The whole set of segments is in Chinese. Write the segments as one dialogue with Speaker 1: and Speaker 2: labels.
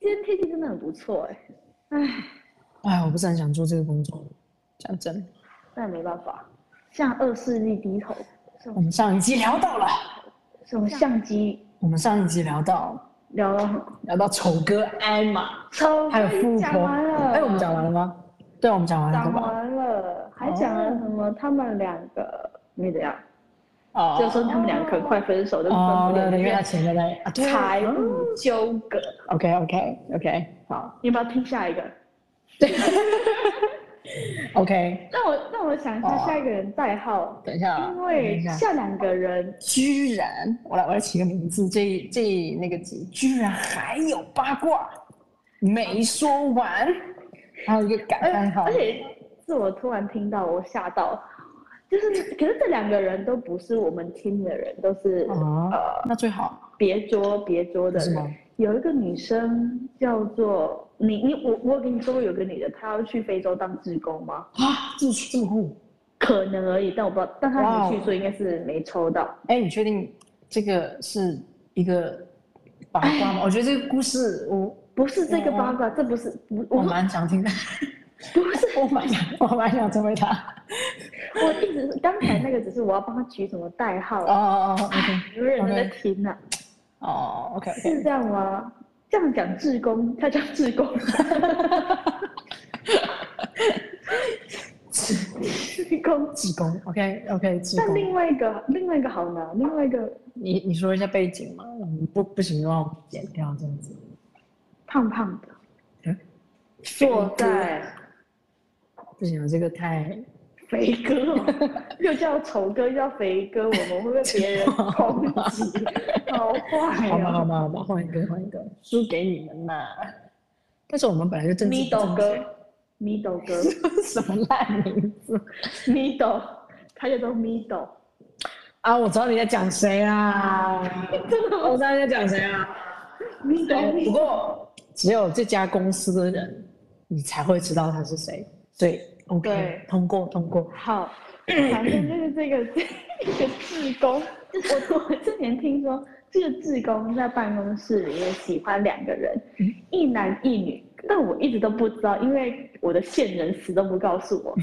Speaker 1: 今天天气真的很不错哎、
Speaker 2: 哎，我不是很想做这个工作，讲真的。
Speaker 1: 但没办法，向恶势力低头。什
Speaker 2: 我
Speaker 1: 么
Speaker 2: 们上一集聊到了，
Speaker 1: 什么相机
Speaker 2: 我们上一集聊到
Speaker 1: 聊了很
Speaker 2: 聊到丑哥艾玛，
Speaker 1: 超，
Speaker 2: 还有富
Speaker 1: 讲
Speaker 2: 婆。
Speaker 1: 完了，
Speaker 2: 哎，我们讲完了吗？对，啊我们讲完了
Speaker 1: 讲
Speaker 2: 吧？
Speaker 1: 完了，还讲了什么？他们两个没怎样，
Speaker 2: 哦
Speaker 1: 就说他们两个快分手，就
Speaker 2: 哦，
Speaker 1: 分不
Speaker 2: 对
Speaker 1: 了，
Speaker 2: 对，因为他
Speaker 1: 为
Speaker 2: 钱在那里啊，对
Speaker 1: 财务纠葛。
Speaker 2: OK OK OK，好
Speaker 1: 你要不要听下一个？
Speaker 2: OK，
Speaker 1: 让我让我想一下
Speaker 2: 哦
Speaker 1: 下一个人代号，
Speaker 2: 等一下啊，
Speaker 1: 因
Speaker 2: 等
Speaker 1: 为
Speaker 2: 一下
Speaker 1: 下两个人
Speaker 2: 居然，我来我来起个名字，这这那个集居然还有八卦没说完， 还有一个感叹号
Speaker 1: 而，且是我突然听到，我吓到，就是可是这两个人都不是我们听的人，都是、
Speaker 2: 啊
Speaker 1: 呃
Speaker 2: 那最好
Speaker 1: 别桌别桌的
Speaker 2: 是吗
Speaker 1: 人。有一个女生叫做你你我我有跟你说过有个女的，她要去非洲当志工吗？
Speaker 2: 啊，这么这么酷，
Speaker 1: 可能而已，但我不知道，但她
Speaker 2: 哇哦
Speaker 1: 没去，所以应该是没抽到。
Speaker 2: 哎，你确定这个是一个八卦
Speaker 1: 哎
Speaker 2: 吗？我觉得这个故事我
Speaker 1: 不是这个八卦，这不是不
Speaker 2: 哦我
Speaker 1: 我说
Speaker 2: 蛮想听 的，
Speaker 1: 不是，
Speaker 2: 我蛮想我蛮想成为他，
Speaker 1: 我一直是刚才那个只是我要帮她取什么代号
Speaker 2: 哦，哦哦 OK，
Speaker 1: 有人在听呢、
Speaker 2: 哦 OK OK，
Speaker 1: 是这样吗？这样讲志工，他叫志工， 志工。
Speaker 2: 志工，OK OK，志
Speaker 1: 但
Speaker 2: 工。
Speaker 1: 另外一个，另外一个好难，另外一个
Speaker 2: 你你说一下背景嘛，嗯不不行的话我剪掉这样子。
Speaker 1: 胖胖的，
Speaker 2: 嗯
Speaker 1: 坐在
Speaker 2: 不行了，这个太
Speaker 1: 肥哥 哦，又叫丑哥，又叫肥哥，我们会被别 人抨击，好坏
Speaker 2: 好吧好
Speaker 1: 哦。
Speaker 2: 吧好吧，换一个换一个，输给你们嘛。但是我们本来就正
Speaker 1: 米
Speaker 2: 经
Speaker 1: 豆哥，米豆哥，
Speaker 2: 正经 什么烂名字
Speaker 1: 米豆，他叫做米 豆，
Speaker 2: 啊？我知道你在讲谁啊，
Speaker 1: 哦
Speaker 2: 我知道你在讲谁啊。
Speaker 1: 米豆，
Speaker 2: 不过只有这家公司的人，你才会知道他是谁。所以 OK，
Speaker 1: 对
Speaker 2: 通过通过。
Speaker 1: 好，反正就是这个这个志工，我我之前听说这个志工在办公室里面喜欢两个人
Speaker 2: 嗯，
Speaker 1: 一男一女，但我一直都不知道，因为我的线人死都不告诉我，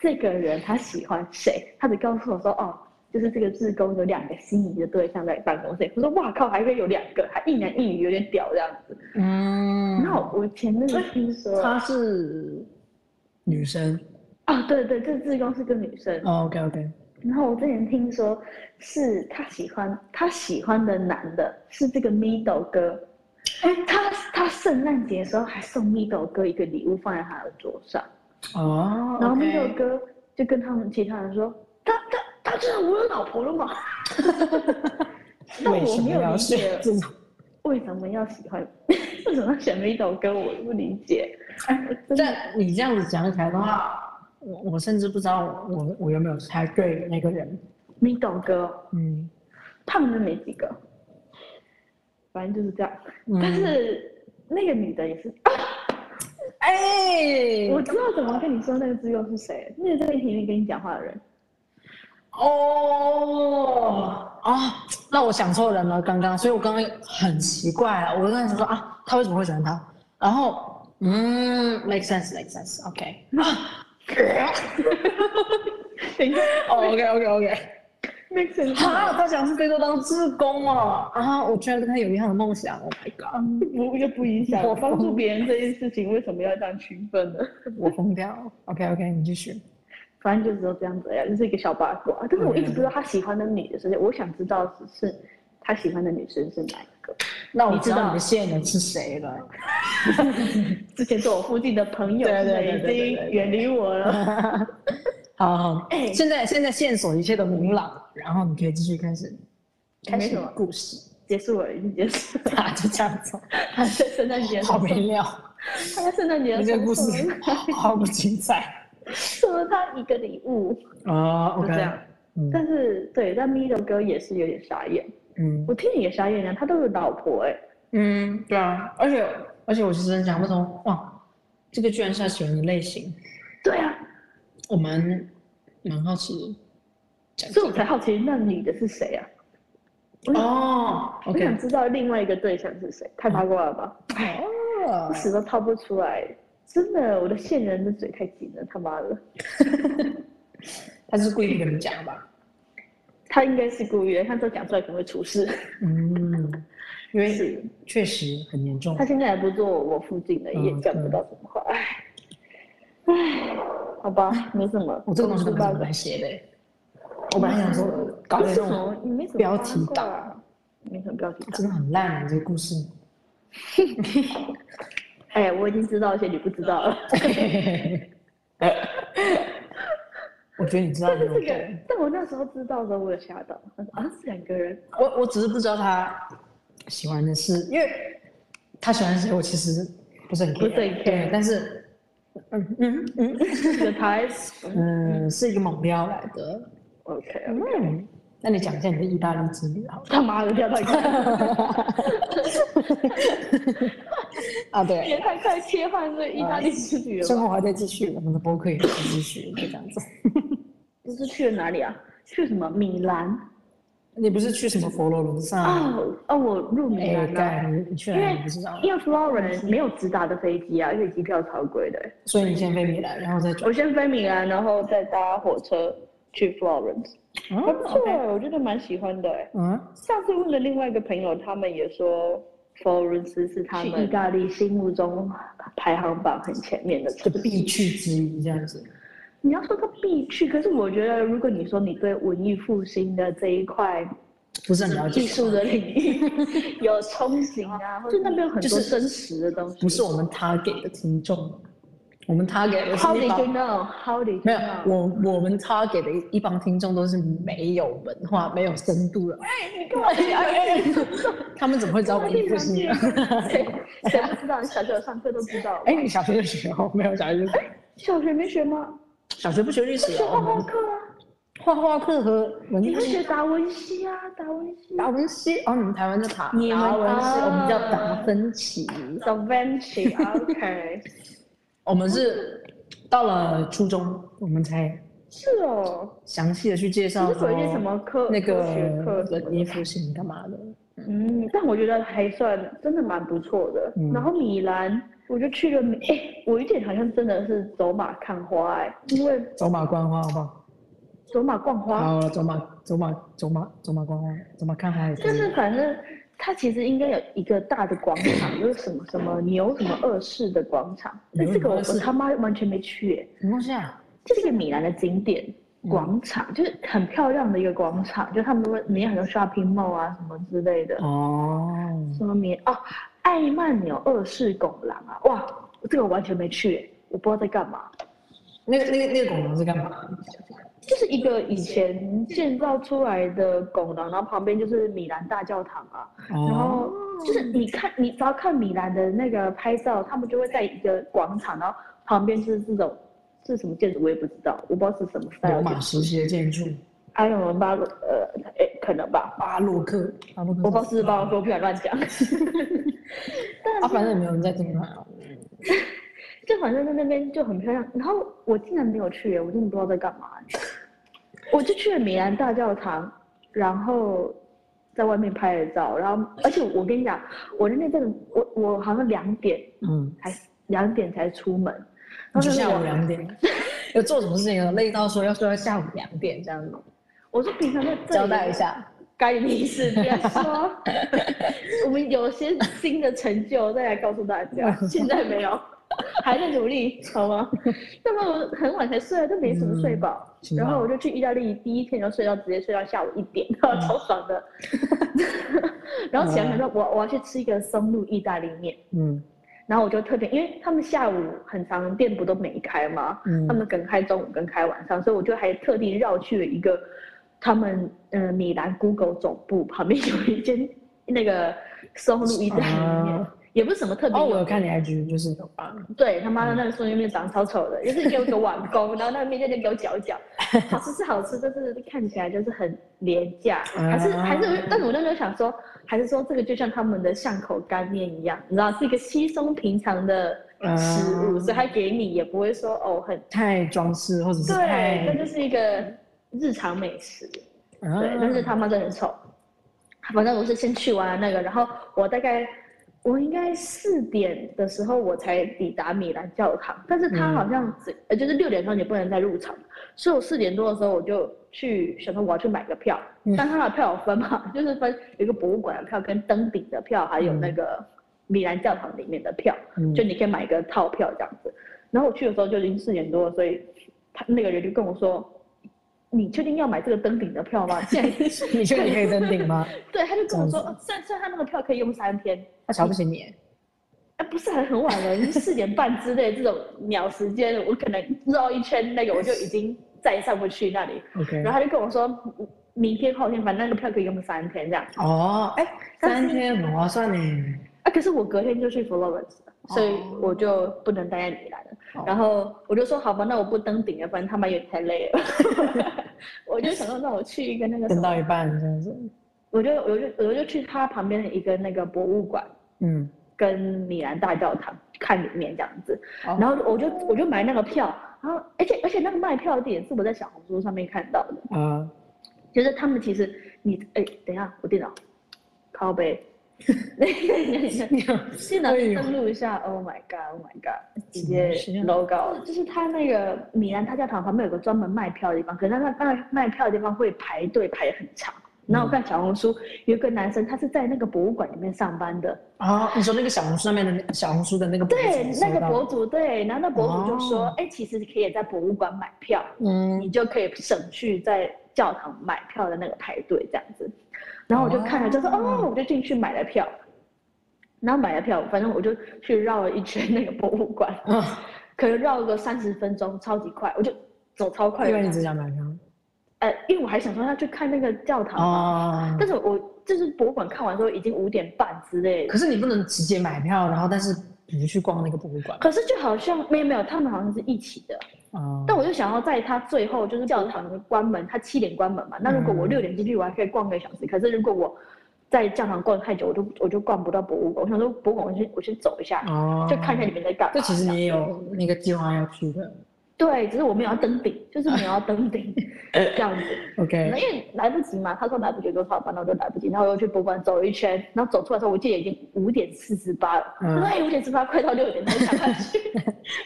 Speaker 1: 这个人他喜欢谁，他只告诉我说哦。就是这个志工有两个心仪的对象在办公室里，我说哇靠，还可以有两个，还一男一女，有点屌这样子。
Speaker 2: 嗯
Speaker 1: 然后我前阵子听说，
Speaker 2: 她是女生。
Speaker 1: 啊、对对，这志工是个女生，
Speaker 2: 哦、OK OK，
Speaker 1: 然后我之前听说是他喜欢他喜欢的男的是这个 Middle 哥，
Speaker 2: 哎
Speaker 1: 他他圣诞节的时候还送 Middle 哥一个礼物放在他的桌上，
Speaker 2: 哦，
Speaker 1: 然后
Speaker 2: OK
Speaker 1: Middle 哥就跟他们其他人说，他他他知道我有老婆了 吗？但
Speaker 2: 为
Speaker 1: 我
Speaker 2: 什么
Speaker 1: 没有
Speaker 2: 要
Speaker 1: 理
Speaker 2: 选
Speaker 1: 解
Speaker 2: 这 种？
Speaker 1: 为什么要喜欢， 为什么要选 Middle 哥，我不理解。真的
Speaker 2: 但你这样子讲起来的话，我我甚至不知道我我有没有猜对那个人。
Speaker 1: Middle 哥
Speaker 2: 嗯，
Speaker 1: 胖的没几个，反正就是这样。
Speaker 2: 嗯
Speaker 1: 但是那个女的也是
Speaker 2: 哎，
Speaker 1: 我知道怎么跟你说那个自由是谁，那个在电梯里面跟你讲话的人。
Speaker 2: 哦哦，那我想错人了，刚刚，所以我刚刚很奇怪啊，我刚才想说啊，他为什么会喜欢他？然后嗯，make sense，make sense，OK、
Speaker 1: 等一下
Speaker 2: 哦 OK，OK，OK、o k OK OK，
Speaker 1: ，make sense？
Speaker 2: 哈，他想去非洲当志工哦，啊，我居然跟他有一样的梦想，Oh my god，
Speaker 1: 嗯不又不影响
Speaker 2: 我
Speaker 1: 帮助别人这件事情，为什么要这样区分呢？
Speaker 2: 我疯掉了，OK OK，你继续。
Speaker 1: 反正就只有这样子呀，就是一个小八卦。但是我一直不知道他喜欢的女的是谁，我想知道只是他喜欢的女生是哪一个。
Speaker 2: 那我
Speaker 1: 你知
Speaker 2: 知
Speaker 1: 道
Speaker 2: 道你的线人是谁了。
Speaker 1: 之前做我附近的朋友，
Speaker 2: 对
Speaker 1: 现
Speaker 2: 对
Speaker 1: 在
Speaker 2: 对对
Speaker 1: 已
Speaker 2: 对对
Speaker 1: 经远离我了。
Speaker 2: 好好，
Speaker 1: 哎
Speaker 2: 现在现在线索一切都明朗，然后你可以继续开始
Speaker 1: 开始
Speaker 2: 你的
Speaker 1: 吗
Speaker 2: 故事。
Speaker 1: 结束了，已经结束了。
Speaker 2: 啊，就这样子，
Speaker 1: 他在圣诞节的时
Speaker 2: 好
Speaker 1: 候，
Speaker 2: 没 料，
Speaker 1: 他在圣诞节的
Speaker 2: 你
Speaker 1: 时
Speaker 2: 这个
Speaker 1: 候
Speaker 2: 故事
Speaker 1: 送了
Speaker 2: 好不精彩
Speaker 1: 送了他一个礼物，
Speaker 2: 啊。
Speaker 1: 就这样。但是对，但 Milo 哥也是有点傻眼。
Speaker 2: 嗯
Speaker 1: 我听你也傻眼了，他都有老婆哎、
Speaker 2: 嗯，对啊，而且而且我其实很想不通，哇，这个居然是他喜欢的类型，
Speaker 1: 对啊，
Speaker 2: 我蛮蛮好奇的。讲
Speaker 1: 所以我才好奇那女的是谁啊？我想
Speaker 2: 哦
Speaker 1: 我想
Speaker 2: ，OK，
Speaker 1: 知道另外一个对象是谁，太八卦了吧？
Speaker 2: 哦
Speaker 1: 死都掏不出来，真的，我的线人的嘴太紧了，他妈的，
Speaker 2: 他是故意不跟你讲吧？
Speaker 1: 他应该是故意的，他这讲出来可能会出事。
Speaker 2: 嗯，因为
Speaker 1: 是，
Speaker 2: 确实很严重
Speaker 1: 他。现在还不坐我附近的，也
Speaker 2: 嗯
Speaker 1: 讲不到什么话，唉，唉，好吧，没什么，
Speaker 2: 我这个东西
Speaker 1: 不
Speaker 2: 本
Speaker 1: 知
Speaker 2: 来
Speaker 1: 道
Speaker 2: 是蛮写的，我本来想说搞
Speaker 1: 没
Speaker 2: 点
Speaker 1: 什
Speaker 2: 那种
Speaker 1: 么，没什么
Speaker 2: 标题
Speaker 1: 八
Speaker 2: 党
Speaker 1: 卦，啊没什么标题党。
Speaker 2: 真的很烂啊，这个故事。
Speaker 1: 哎，我已经知道一些你不知道 了，
Speaker 2: 我觉得你知道
Speaker 1: 但是这
Speaker 2: 很多
Speaker 1: 个，但我那时候知道的时候，我有吓到，我说啊，是两个人，
Speaker 2: 我我只是不知道他喜欢的是，因为他喜欢谁，我其实不是很 care，
Speaker 1: 不是很 care
Speaker 2: 对但是，嗯嗯嗯
Speaker 1: 这个台
Speaker 2: 嗯，是一个猛料来的。
Speaker 1: ，OK，啊
Speaker 2: 嗯，那你讲一下你的意大利之旅好了。
Speaker 1: 他妈的跳到一 个，
Speaker 2: 啊，对，
Speaker 1: 也太快切换这意大
Speaker 2: 啊
Speaker 1: 利之旅了
Speaker 2: 生
Speaker 1: 吧，
Speaker 2: 活还在继续，我们的播客也在继续，就这样子。
Speaker 1: 这是去了哪里啊？去什么米兰？
Speaker 2: 你不是去什么佛罗伦萨？
Speaker 1: 哦哦，我入米
Speaker 2: 啊哎，
Speaker 1: 兰啊了。
Speaker 2: 干，你你去哪
Speaker 1: 因为
Speaker 2: 里？你不知道？
Speaker 1: 因为 Florence 没有直达的飞机啊，而且机票超贵的欸、
Speaker 2: 所以你先飞米兰，然后再转。
Speaker 1: 我先飞米兰，然后再搭火车去 Florence，
Speaker 2: 嗯
Speaker 1: 还不错欸、
Speaker 2: ，OK，
Speaker 1: 我觉得蛮喜欢的、欸。
Speaker 2: 嗯，
Speaker 1: 上次问了另外一个朋友，他们也说 Florence 是他们意大利心目中排行榜很前面的
Speaker 2: 就
Speaker 1: 城市。
Speaker 2: 必去之一这样子。
Speaker 1: 你要说它必去，可是我觉得，如果你说你对文艺复兴的这一块
Speaker 2: 不是很了解
Speaker 1: 艺术的领域有憧憬啊，或者那边有很
Speaker 2: 就
Speaker 1: 多
Speaker 2: 是
Speaker 1: 真实的东西。
Speaker 2: 不是我们 target 的听众，我们 target 的
Speaker 1: How
Speaker 2: 是
Speaker 1: did
Speaker 2: 一
Speaker 1: you
Speaker 2: 帮
Speaker 1: know? How did you
Speaker 2: 没有
Speaker 1: know?
Speaker 2: 我我们 target 的一帮听众都是没有文化、没有深度的。
Speaker 1: 你干嘛去哪里？
Speaker 2: 他们怎么会知道
Speaker 1: 到
Speaker 2: 文艺复兴呢？
Speaker 1: 谁谁不知道？小学有上课都知道。
Speaker 2: 哎，你小学就学哦，没有小学就学，
Speaker 1: 小学没学吗？
Speaker 2: 小学不学历史
Speaker 1: 学画画
Speaker 2: 哦，
Speaker 1: 课啊，
Speaker 2: 画画课和文
Speaker 1: 你
Speaker 2: 艺
Speaker 1: 会
Speaker 2: 复兴
Speaker 1: 学达文西啊，达文西。
Speaker 2: 达文西哦，你们台湾叫达达文
Speaker 1: 你
Speaker 2: 西，
Speaker 1: 们啊
Speaker 2: 我们叫达芬奇，
Speaker 1: Da Vinci，OK，
Speaker 2: 我们是到了初中我们才
Speaker 1: 是哦。
Speaker 2: 详细的去介
Speaker 1: 只
Speaker 2: 绍
Speaker 1: 是有一些
Speaker 2: 说
Speaker 1: 什么科
Speaker 2: 那个
Speaker 1: 科学课什么
Speaker 2: 文艺
Speaker 1: 的？
Speaker 2: 复兴干嘛的。
Speaker 1: 嗯，但我觉得还算真的蛮不错的
Speaker 2: 嗯。
Speaker 1: 然后米兰，我就去了米，哎，我有点好像真的是走马看花哎，因为
Speaker 2: 走马观花好不好？
Speaker 1: 走马逛花。
Speaker 2: 好，走马走马走马走马观花，走马看花也可以。
Speaker 1: 就是反正它其实应该有一个大的广场，就是什么什么牛什么二世的广场。但这个我
Speaker 2: 牛什么二世
Speaker 1: 我他妈完全没去、欸，
Speaker 2: 什么东西啊？
Speaker 1: 这是一个米兰的景点
Speaker 2: 嗯
Speaker 1: 广场，就是很漂亮的一个广场，就他们会里面很多 shopping mall 啊什么之类的，
Speaker 2: 哦，
Speaker 1: 什么米哦艾曼纽二世拱廊啊，哇，这个我完全没去、欸，我不知道在干嘛。
Speaker 2: 那个那个那个拱廊是干嘛？
Speaker 1: 就是一个以
Speaker 2: 嗯
Speaker 1: 前建造出来的拱廊，然后旁边就是米兰大教堂啊，然
Speaker 2: 哦，
Speaker 1: 后就是你看，你只要看米兰的那个拍照，他们就会在一个广场，然后旁边是这种是什么建筑，我也不知道，我不知道是什么 style 的。
Speaker 2: 罗马时期的建筑，
Speaker 1: 埃隆文巴洛，呃，哎，可能吧，
Speaker 2: 巴洛克，巴洛克，
Speaker 1: 我不知道是不是巴洛克，我不敢乱讲。
Speaker 2: 啊，反正也没有人在听嘛。
Speaker 1: 就反正在那边就很漂亮，然后我竟然没有去耶，我真的不知道在干嘛耶。我就去了米兰大教堂，然后在外面拍了照，然后而且我跟你讲，我那天真的，我我好像两点
Speaker 2: 嗯，
Speaker 1: 才两点才出门，
Speaker 2: 你
Speaker 1: 然后就
Speaker 2: 就
Speaker 1: 是
Speaker 2: 下午
Speaker 1: 我
Speaker 2: 两 点，要做什么事情有累到说要睡到下午两点这样子，
Speaker 1: 我说平常在这里
Speaker 2: 交代一，下。
Speaker 1: 该你事，别说。我们有些新的成就再来告诉大家，现在没有，还在努力，好吗？那么我很晚才睡，都没什么睡饱。
Speaker 2: 行吧
Speaker 1: 然后我就去意大利，第一天就睡到直接睡到下午一点， 然后超爽的。然后起来想说，我我要去吃一个松露意大利面，
Speaker 2: 嗯
Speaker 1: 然后我就特别，因为他们下午很长店不都没开吗？
Speaker 2: 嗯
Speaker 1: 他们跟开中午跟开晚上，所以我就还特地绕去了一个他们嗯、呃米兰 Google 总部旁边有一间那个松露意大利面，
Speaker 2: 啊
Speaker 1: 也不是什么特别
Speaker 2: 哦，
Speaker 1: 有名、
Speaker 2: 我嗯有看你 IG，就是有吧，
Speaker 1: 对他妈的那个松露面长得超丑的，就是有一个碗公，然后那个面在那给我搅一 搅，好吃是好吃，但是看起来就是很廉价，
Speaker 2: 啊
Speaker 1: 还是还是我，但是我那时候想说，还是说这个就像他们的巷口干面一样，你知道是一个稀松平常的食物，
Speaker 2: 啊
Speaker 1: 所以他给你也不会说哦很
Speaker 2: 太装饰或者是
Speaker 1: 对，
Speaker 2: 太
Speaker 1: 那就是一个日常美食。
Speaker 2: 啊
Speaker 1: 对，但是他妈真的很丑。反正我是先去完那个，然后我大概我应该四点的时候我才抵达米兰教堂，但是它好像只、呃就是六点的时候你不能再入场，所以我四点多的时候我就去想说我要去买个票，
Speaker 2: 嗯
Speaker 1: 但它的票有分嘛， 就是分有一个博物馆的票跟登顶的票，还有那个米兰教堂里面的票，
Speaker 2: 嗯
Speaker 1: 就你可以买一个套票这样子。然后我去的时候就已经四点多了，所以他那个人就跟我说：“你确定要买这个登顶的票吗？”现在已经是
Speaker 2: 你确定可以登顶 吗？
Speaker 1: 对，他就跟我说，
Speaker 2: 这样
Speaker 1: 哦虽然虽然他那个票可以用三天，
Speaker 2: 他瞧不起你耶，
Speaker 1: 哎、不是很很晚了，四点半之类这种鸟时间，我可能绕一圈那个我就已经再也上不去那里。
Speaker 2: OK
Speaker 1: 然。后他就跟我说，嗯明天后天反正那个票可以用三天这样。
Speaker 2: 哦，哎、
Speaker 1: 但
Speaker 2: 三
Speaker 1: 是
Speaker 2: 天很划算呢。
Speaker 1: 啊，可是我隔天就去 Florence，了所以
Speaker 2: 哦
Speaker 1: 我就不能待在米兰了。
Speaker 2: 哦
Speaker 1: 然后我就说好吧，那我不登顶了，不然他妈也太累了。 我就想说，那我去一个那个什
Speaker 2: 等
Speaker 1: 么，
Speaker 2: 到一半这样子，
Speaker 1: 我就我就我就去他旁边的一个那个博物馆，
Speaker 2: 嗯，
Speaker 1: 跟米兰大教堂看里面这样子，
Speaker 2: 哦
Speaker 1: 然后我就我就买那个票，然后而且而且那个卖票的地点是我在小红书上面看到的，
Speaker 2: 啊、
Speaker 1: 就是他们其实你哎、等一下我电脑，靠背， 电脑
Speaker 2: 哎呦
Speaker 1: 登录一下，Oh my God，Oh my God，直接
Speaker 2: 什么事啊
Speaker 1: logo，就是他那个米兰大教堂旁边有个专门卖票的地方，可是那个卖卖票的地方会排队排很长。然后我
Speaker 2: 嗯
Speaker 1: 看小红书有一个男生，他是在那个博物馆里面上班的，
Speaker 2: 啊、你说那个小红书上面的那小红书的那个博主
Speaker 1: 对，
Speaker 2: 收
Speaker 1: 那个
Speaker 2: 到
Speaker 1: 博主对，然后那博主就说
Speaker 2: 哦：“
Speaker 1: 哎、其实可以在博物馆买票，
Speaker 2: 嗯
Speaker 1: 你就可以省去在教堂买票的那个排队这样子。”然后我就看了，就说：“
Speaker 2: 哦
Speaker 1: 哦，我就进去买了票。”然后买了票，反正我就去绕了一圈那个博物馆，
Speaker 2: 啊，
Speaker 1: 可能绕个三十分钟，超级快，我就走超快
Speaker 2: 因为你
Speaker 1: 的。
Speaker 2: 只想买票
Speaker 1: 呃，因为我还想说要去看那个教堂嘛，
Speaker 2: 哦，
Speaker 1: 但是我就是博物馆看完之后已经五点半之类的
Speaker 2: 可是你不能直接买票，然后但是不去逛那个博物馆
Speaker 1: 可是就好像没有没有，他们好像是一起的。
Speaker 2: 啊。
Speaker 1: 但我就想要在他最后就是教堂关门，他七点关门嘛。那如果我
Speaker 2: 嗯
Speaker 1: 六点进去，我还可以逛个小时。可是如果我在教堂逛太久，我就我就逛不到博物馆。我想说博物馆我先我先走一下，
Speaker 2: 哦，
Speaker 1: 就看一下里。面在干嘛。
Speaker 2: 这其实
Speaker 1: 这样
Speaker 2: 你也有那个计划要去的
Speaker 1: 对，只是我没有要登顶，就是没有要登顶 这样子。因
Speaker 2: ，OK，
Speaker 1: 为来不及嘛，他说来不及，我就说好吧，那我就来不及。然后我又去博物馆走一圈，然后走出来的时候，我记得已经五点四十八了。
Speaker 2: 嗯
Speaker 1: 我说哎，五点四十八快到六点了，赶快去，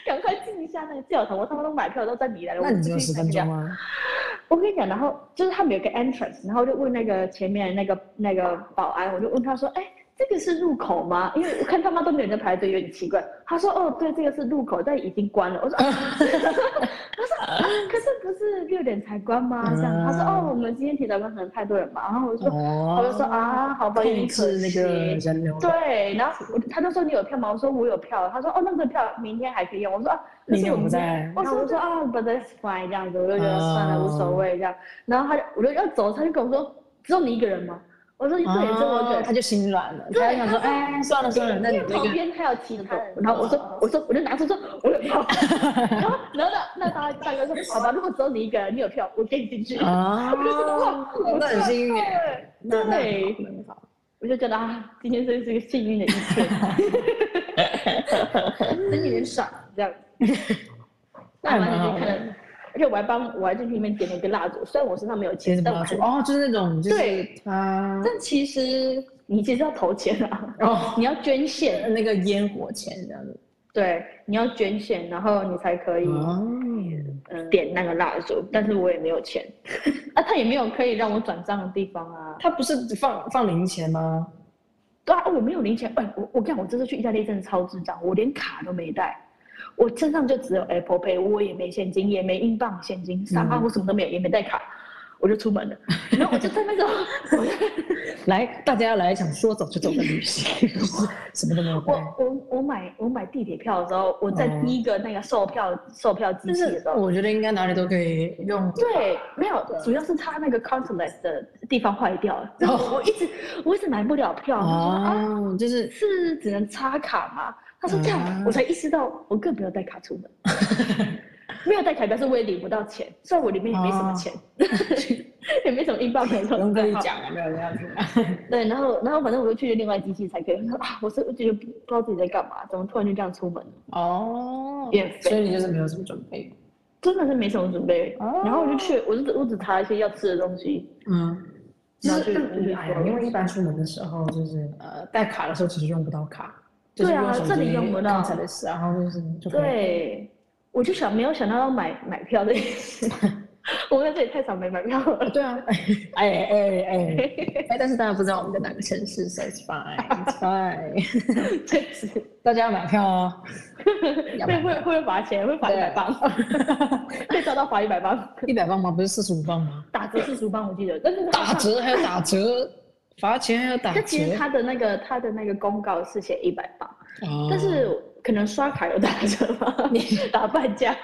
Speaker 1: 赶快进一下那个教堂。我他妈都买票都在米兰了，
Speaker 2: 那
Speaker 1: 我
Speaker 2: 你只有
Speaker 1: 进去
Speaker 2: 十
Speaker 1: 看
Speaker 2: 分
Speaker 1: 一下
Speaker 2: 钟啊。
Speaker 1: 我跟你讲，然后就是他们有个 entrance，然后就问那个前面那个那个保安，我就问他说，哎、这个是入口吗？因为我看他妈都没有人在排队，有点奇怪。他说，哦，对，这个是入口，但已经关了。我说，啊、 我说、啊可是不是六点才关吗？这样，他说，哦，我们今天提早关，可能太多人吧。然后我就说，
Speaker 2: 哦，
Speaker 1: 我就说啊，好吧，有
Speaker 2: 控
Speaker 1: 点可
Speaker 2: 制那
Speaker 1: 惜。
Speaker 2: 个人流，，
Speaker 1: 对，啊然后我他就说你有票吗？我说我有票。他说哦，那个票明天还可以用。我说啊，可
Speaker 2: 明
Speaker 1: 是
Speaker 2: 天
Speaker 1: 我
Speaker 2: 我不
Speaker 1: 们
Speaker 2: 在，
Speaker 1: 我说我说啊，but that's fine 这样子，我就觉得
Speaker 2: 啊
Speaker 1: 算了，无所谓这样。然后他就我就要走，他就跟我说，只有你一个人吗？我说对，只有我一个
Speaker 2: 哦他
Speaker 1: 人。
Speaker 2: 就心软了，
Speaker 1: 对
Speaker 2: 他就想说，
Speaker 1: 他说
Speaker 2: 哎，算了算了，那你
Speaker 1: 因为
Speaker 2: 那
Speaker 1: 旁
Speaker 2: 个
Speaker 1: 边还有其他人，然后我说我说我就拿出说我有 票，然后然后那那大大哥说好吧，如果只有你一个人，你有票，我给你进去。
Speaker 2: 啊
Speaker 1: 我就觉得哇，
Speaker 2: 那很幸运耶，
Speaker 1: 对，
Speaker 2: 那那
Speaker 1: 对
Speaker 2: 很好那很好，
Speaker 1: 我就觉得啊，今天真是一个幸运的一 天，真有点爽这样。那我还进
Speaker 2: 哎
Speaker 1: 去看了，而且我还帮我还进去里面点了一个蜡烛，虽然我身上没有
Speaker 2: 其
Speaker 1: 钱
Speaker 2: 实，不
Speaker 1: 但我
Speaker 2: 要说
Speaker 1: 还
Speaker 2: 哦，就是那种就是
Speaker 1: 对，
Speaker 2: 他
Speaker 1: 但其实你其实要投钱啊，
Speaker 2: 哦
Speaker 1: 你要捐献，
Speaker 2: 那个烟火钱这样子，
Speaker 1: 对，你要捐献，然后你才可以
Speaker 2: 哦，
Speaker 1: 嗯点那个蜡烛，但是我也没有钱， 啊，他也没有可以让我转账的地方啊，
Speaker 2: 他不是放放零钱吗？
Speaker 1: 对啊，我没有零钱。哎、我我跟你讲，我这次去意大利真的超智障，我连卡都没带，我身上就只有 Apple Pay，我也没现金，也没英镑现金，沙发
Speaker 2: 嗯
Speaker 1: 我什么都没有，也没带卡，我就出门 了。然后我就在那个，
Speaker 2: 嗯
Speaker 1: 我
Speaker 2: 来，大家要来一场说走就走的旅行，什么都没有带。
Speaker 1: 我我我买我买地铁票的时候，我在
Speaker 2: 哦
Speaker 1: 第一个那个售票售票机
Speaker 2: 但
Speaker 1: 器的
Speaker 2: 是
Speaker 1: 时候。
Speaker 2: 我觉得应该哪里都可以用，
Speaker 1: 对，没有
Speaker 2: 对，
Speaker 1: 主要是他那个 contactless 的地地方坏掉了，然
Speaker 2: 哦
Speaker 1: 后我一直我一直买不了票，我就说啊，
Speaker 2: 哦，就是
Speaker 1: 是只能插卡吗？他说这样，
Speaker 2: 啊
Speaker 1: 我才意识到我更不要带卡出门。 没有带卡表示我也领不到钱，虽然我里面也没什么钱， 也没什么英镑没什
Speaker 2: 不哦用
Speaker 1: 么
Speaker 2: 跟你
Speaker 1: 账号。
Speaker 2: 讲啊，没有这样子。
Speaker 1: 对，然后然后反正我就去另外机器才可以。我说啊，我是我就不知道自己在干嘛，怎么突然就这样出门了？
Speaker 2: 哦
Speaker 1: 变肥
Speaker 2: 所以你就是没有什么准备。
Speaker 1: 真的是没什么准备。
Speaker 2: 哦
Speaker 1: 然后我就去，我就只我只查一些要吃的东西，
Speaker 2: 嗯，其
Speaker 1: 然后去
Speaker 2: 实但
Speaker 1: 去
Speaker 2: 哎呀，
Speaker 1: 做
Speaker 2: 因为一般出门的时候就是呃带卡的时候其实用不到卡，
Speaker 1: 对啊
Speaker 2: 就是
Speaker 1: 这
Speaker 2: 手机
Speaker 1: 里用不到
Speaker 2: 刚才的事，然后就是就可以
Speaker 1: 对，我就想没有想到要买买票这件 事，我在这里太少没买票 了。
Speaker 2: 对 啊，哎哎哎 哎，但是大家不知道我们在哪个城市，so it's fine，it's fine，
Speaker 1: 确实，
Speaker 2: 大家要买票哦，要
Speaker 1: 会
Speaker 2: 买
Speaker 1: 会会不会罚钱？会罚一百 磅，被抓到 罚一百磅，
Speaker 2: 一百磅吗？不是四十五磅吗？
Speaker 1: 打折四十磅我记得。但是
Speaker 2: 打
Speaker 1: 他
Speaker 2: 折还有打折，罚钱还有打
Speaker 1: 但其实
Speaker 2: 折，
Speaker 1: 他的那个他的那个公告是写一百磅，
Speaker 2: 哦
Speaker 1: 但是可能刷卡有打折吧， 你打半价。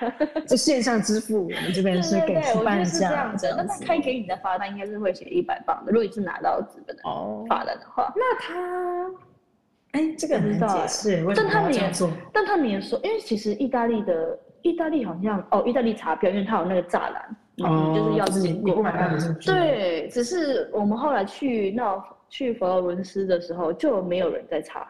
Speaker 2: 就线上支付，我们
Speaker 1: 对
Speaker 2: 这边是
Speaker 1: 对
Speaker 2: 给
Speaker 1: 对，我觉
Speaker 2: 半
Speaker 1: 得是这
Speaker 2: 价
Speaker 1: 样子。那他
Speaker 2: 子
Speaker 1: 开给你的罚单应该是会写一百磅的，如果你是拿到资本的
Speaker 2: 哦，
Speaker 1: 罚单的话。
Speaker 2: 那他，哎，这个
Speaker 1: 不
Speaker 2: 很
Speaker 1: 知
Speaker 2: 难
Speaker 1: 道
Speaker 2: 解
Speaker 1: 哎
Speaker 2: 释，为什
Speaker 1: 但
Speaker 2: 么
Speaker 1: 他
Speaker 2: 要
Speaker 1: 们
Speaker 2: 这
Speaker 1: 也
Speaker 2: 样做？
Speaker 1: 但他们也说，因为其实意大利的意大利好像哦，意大利查票，因为它有那个栅栏，你就是要
Speaker 2: 自己
Speaker 1: 经
Speaker 2: 哦你
Speaker 1: 过
Speaker 2: 不。买单，你进不去。，
Speaker 1: 对，只是我们后来去那去佛罗伦斯的时候，就没有人在查，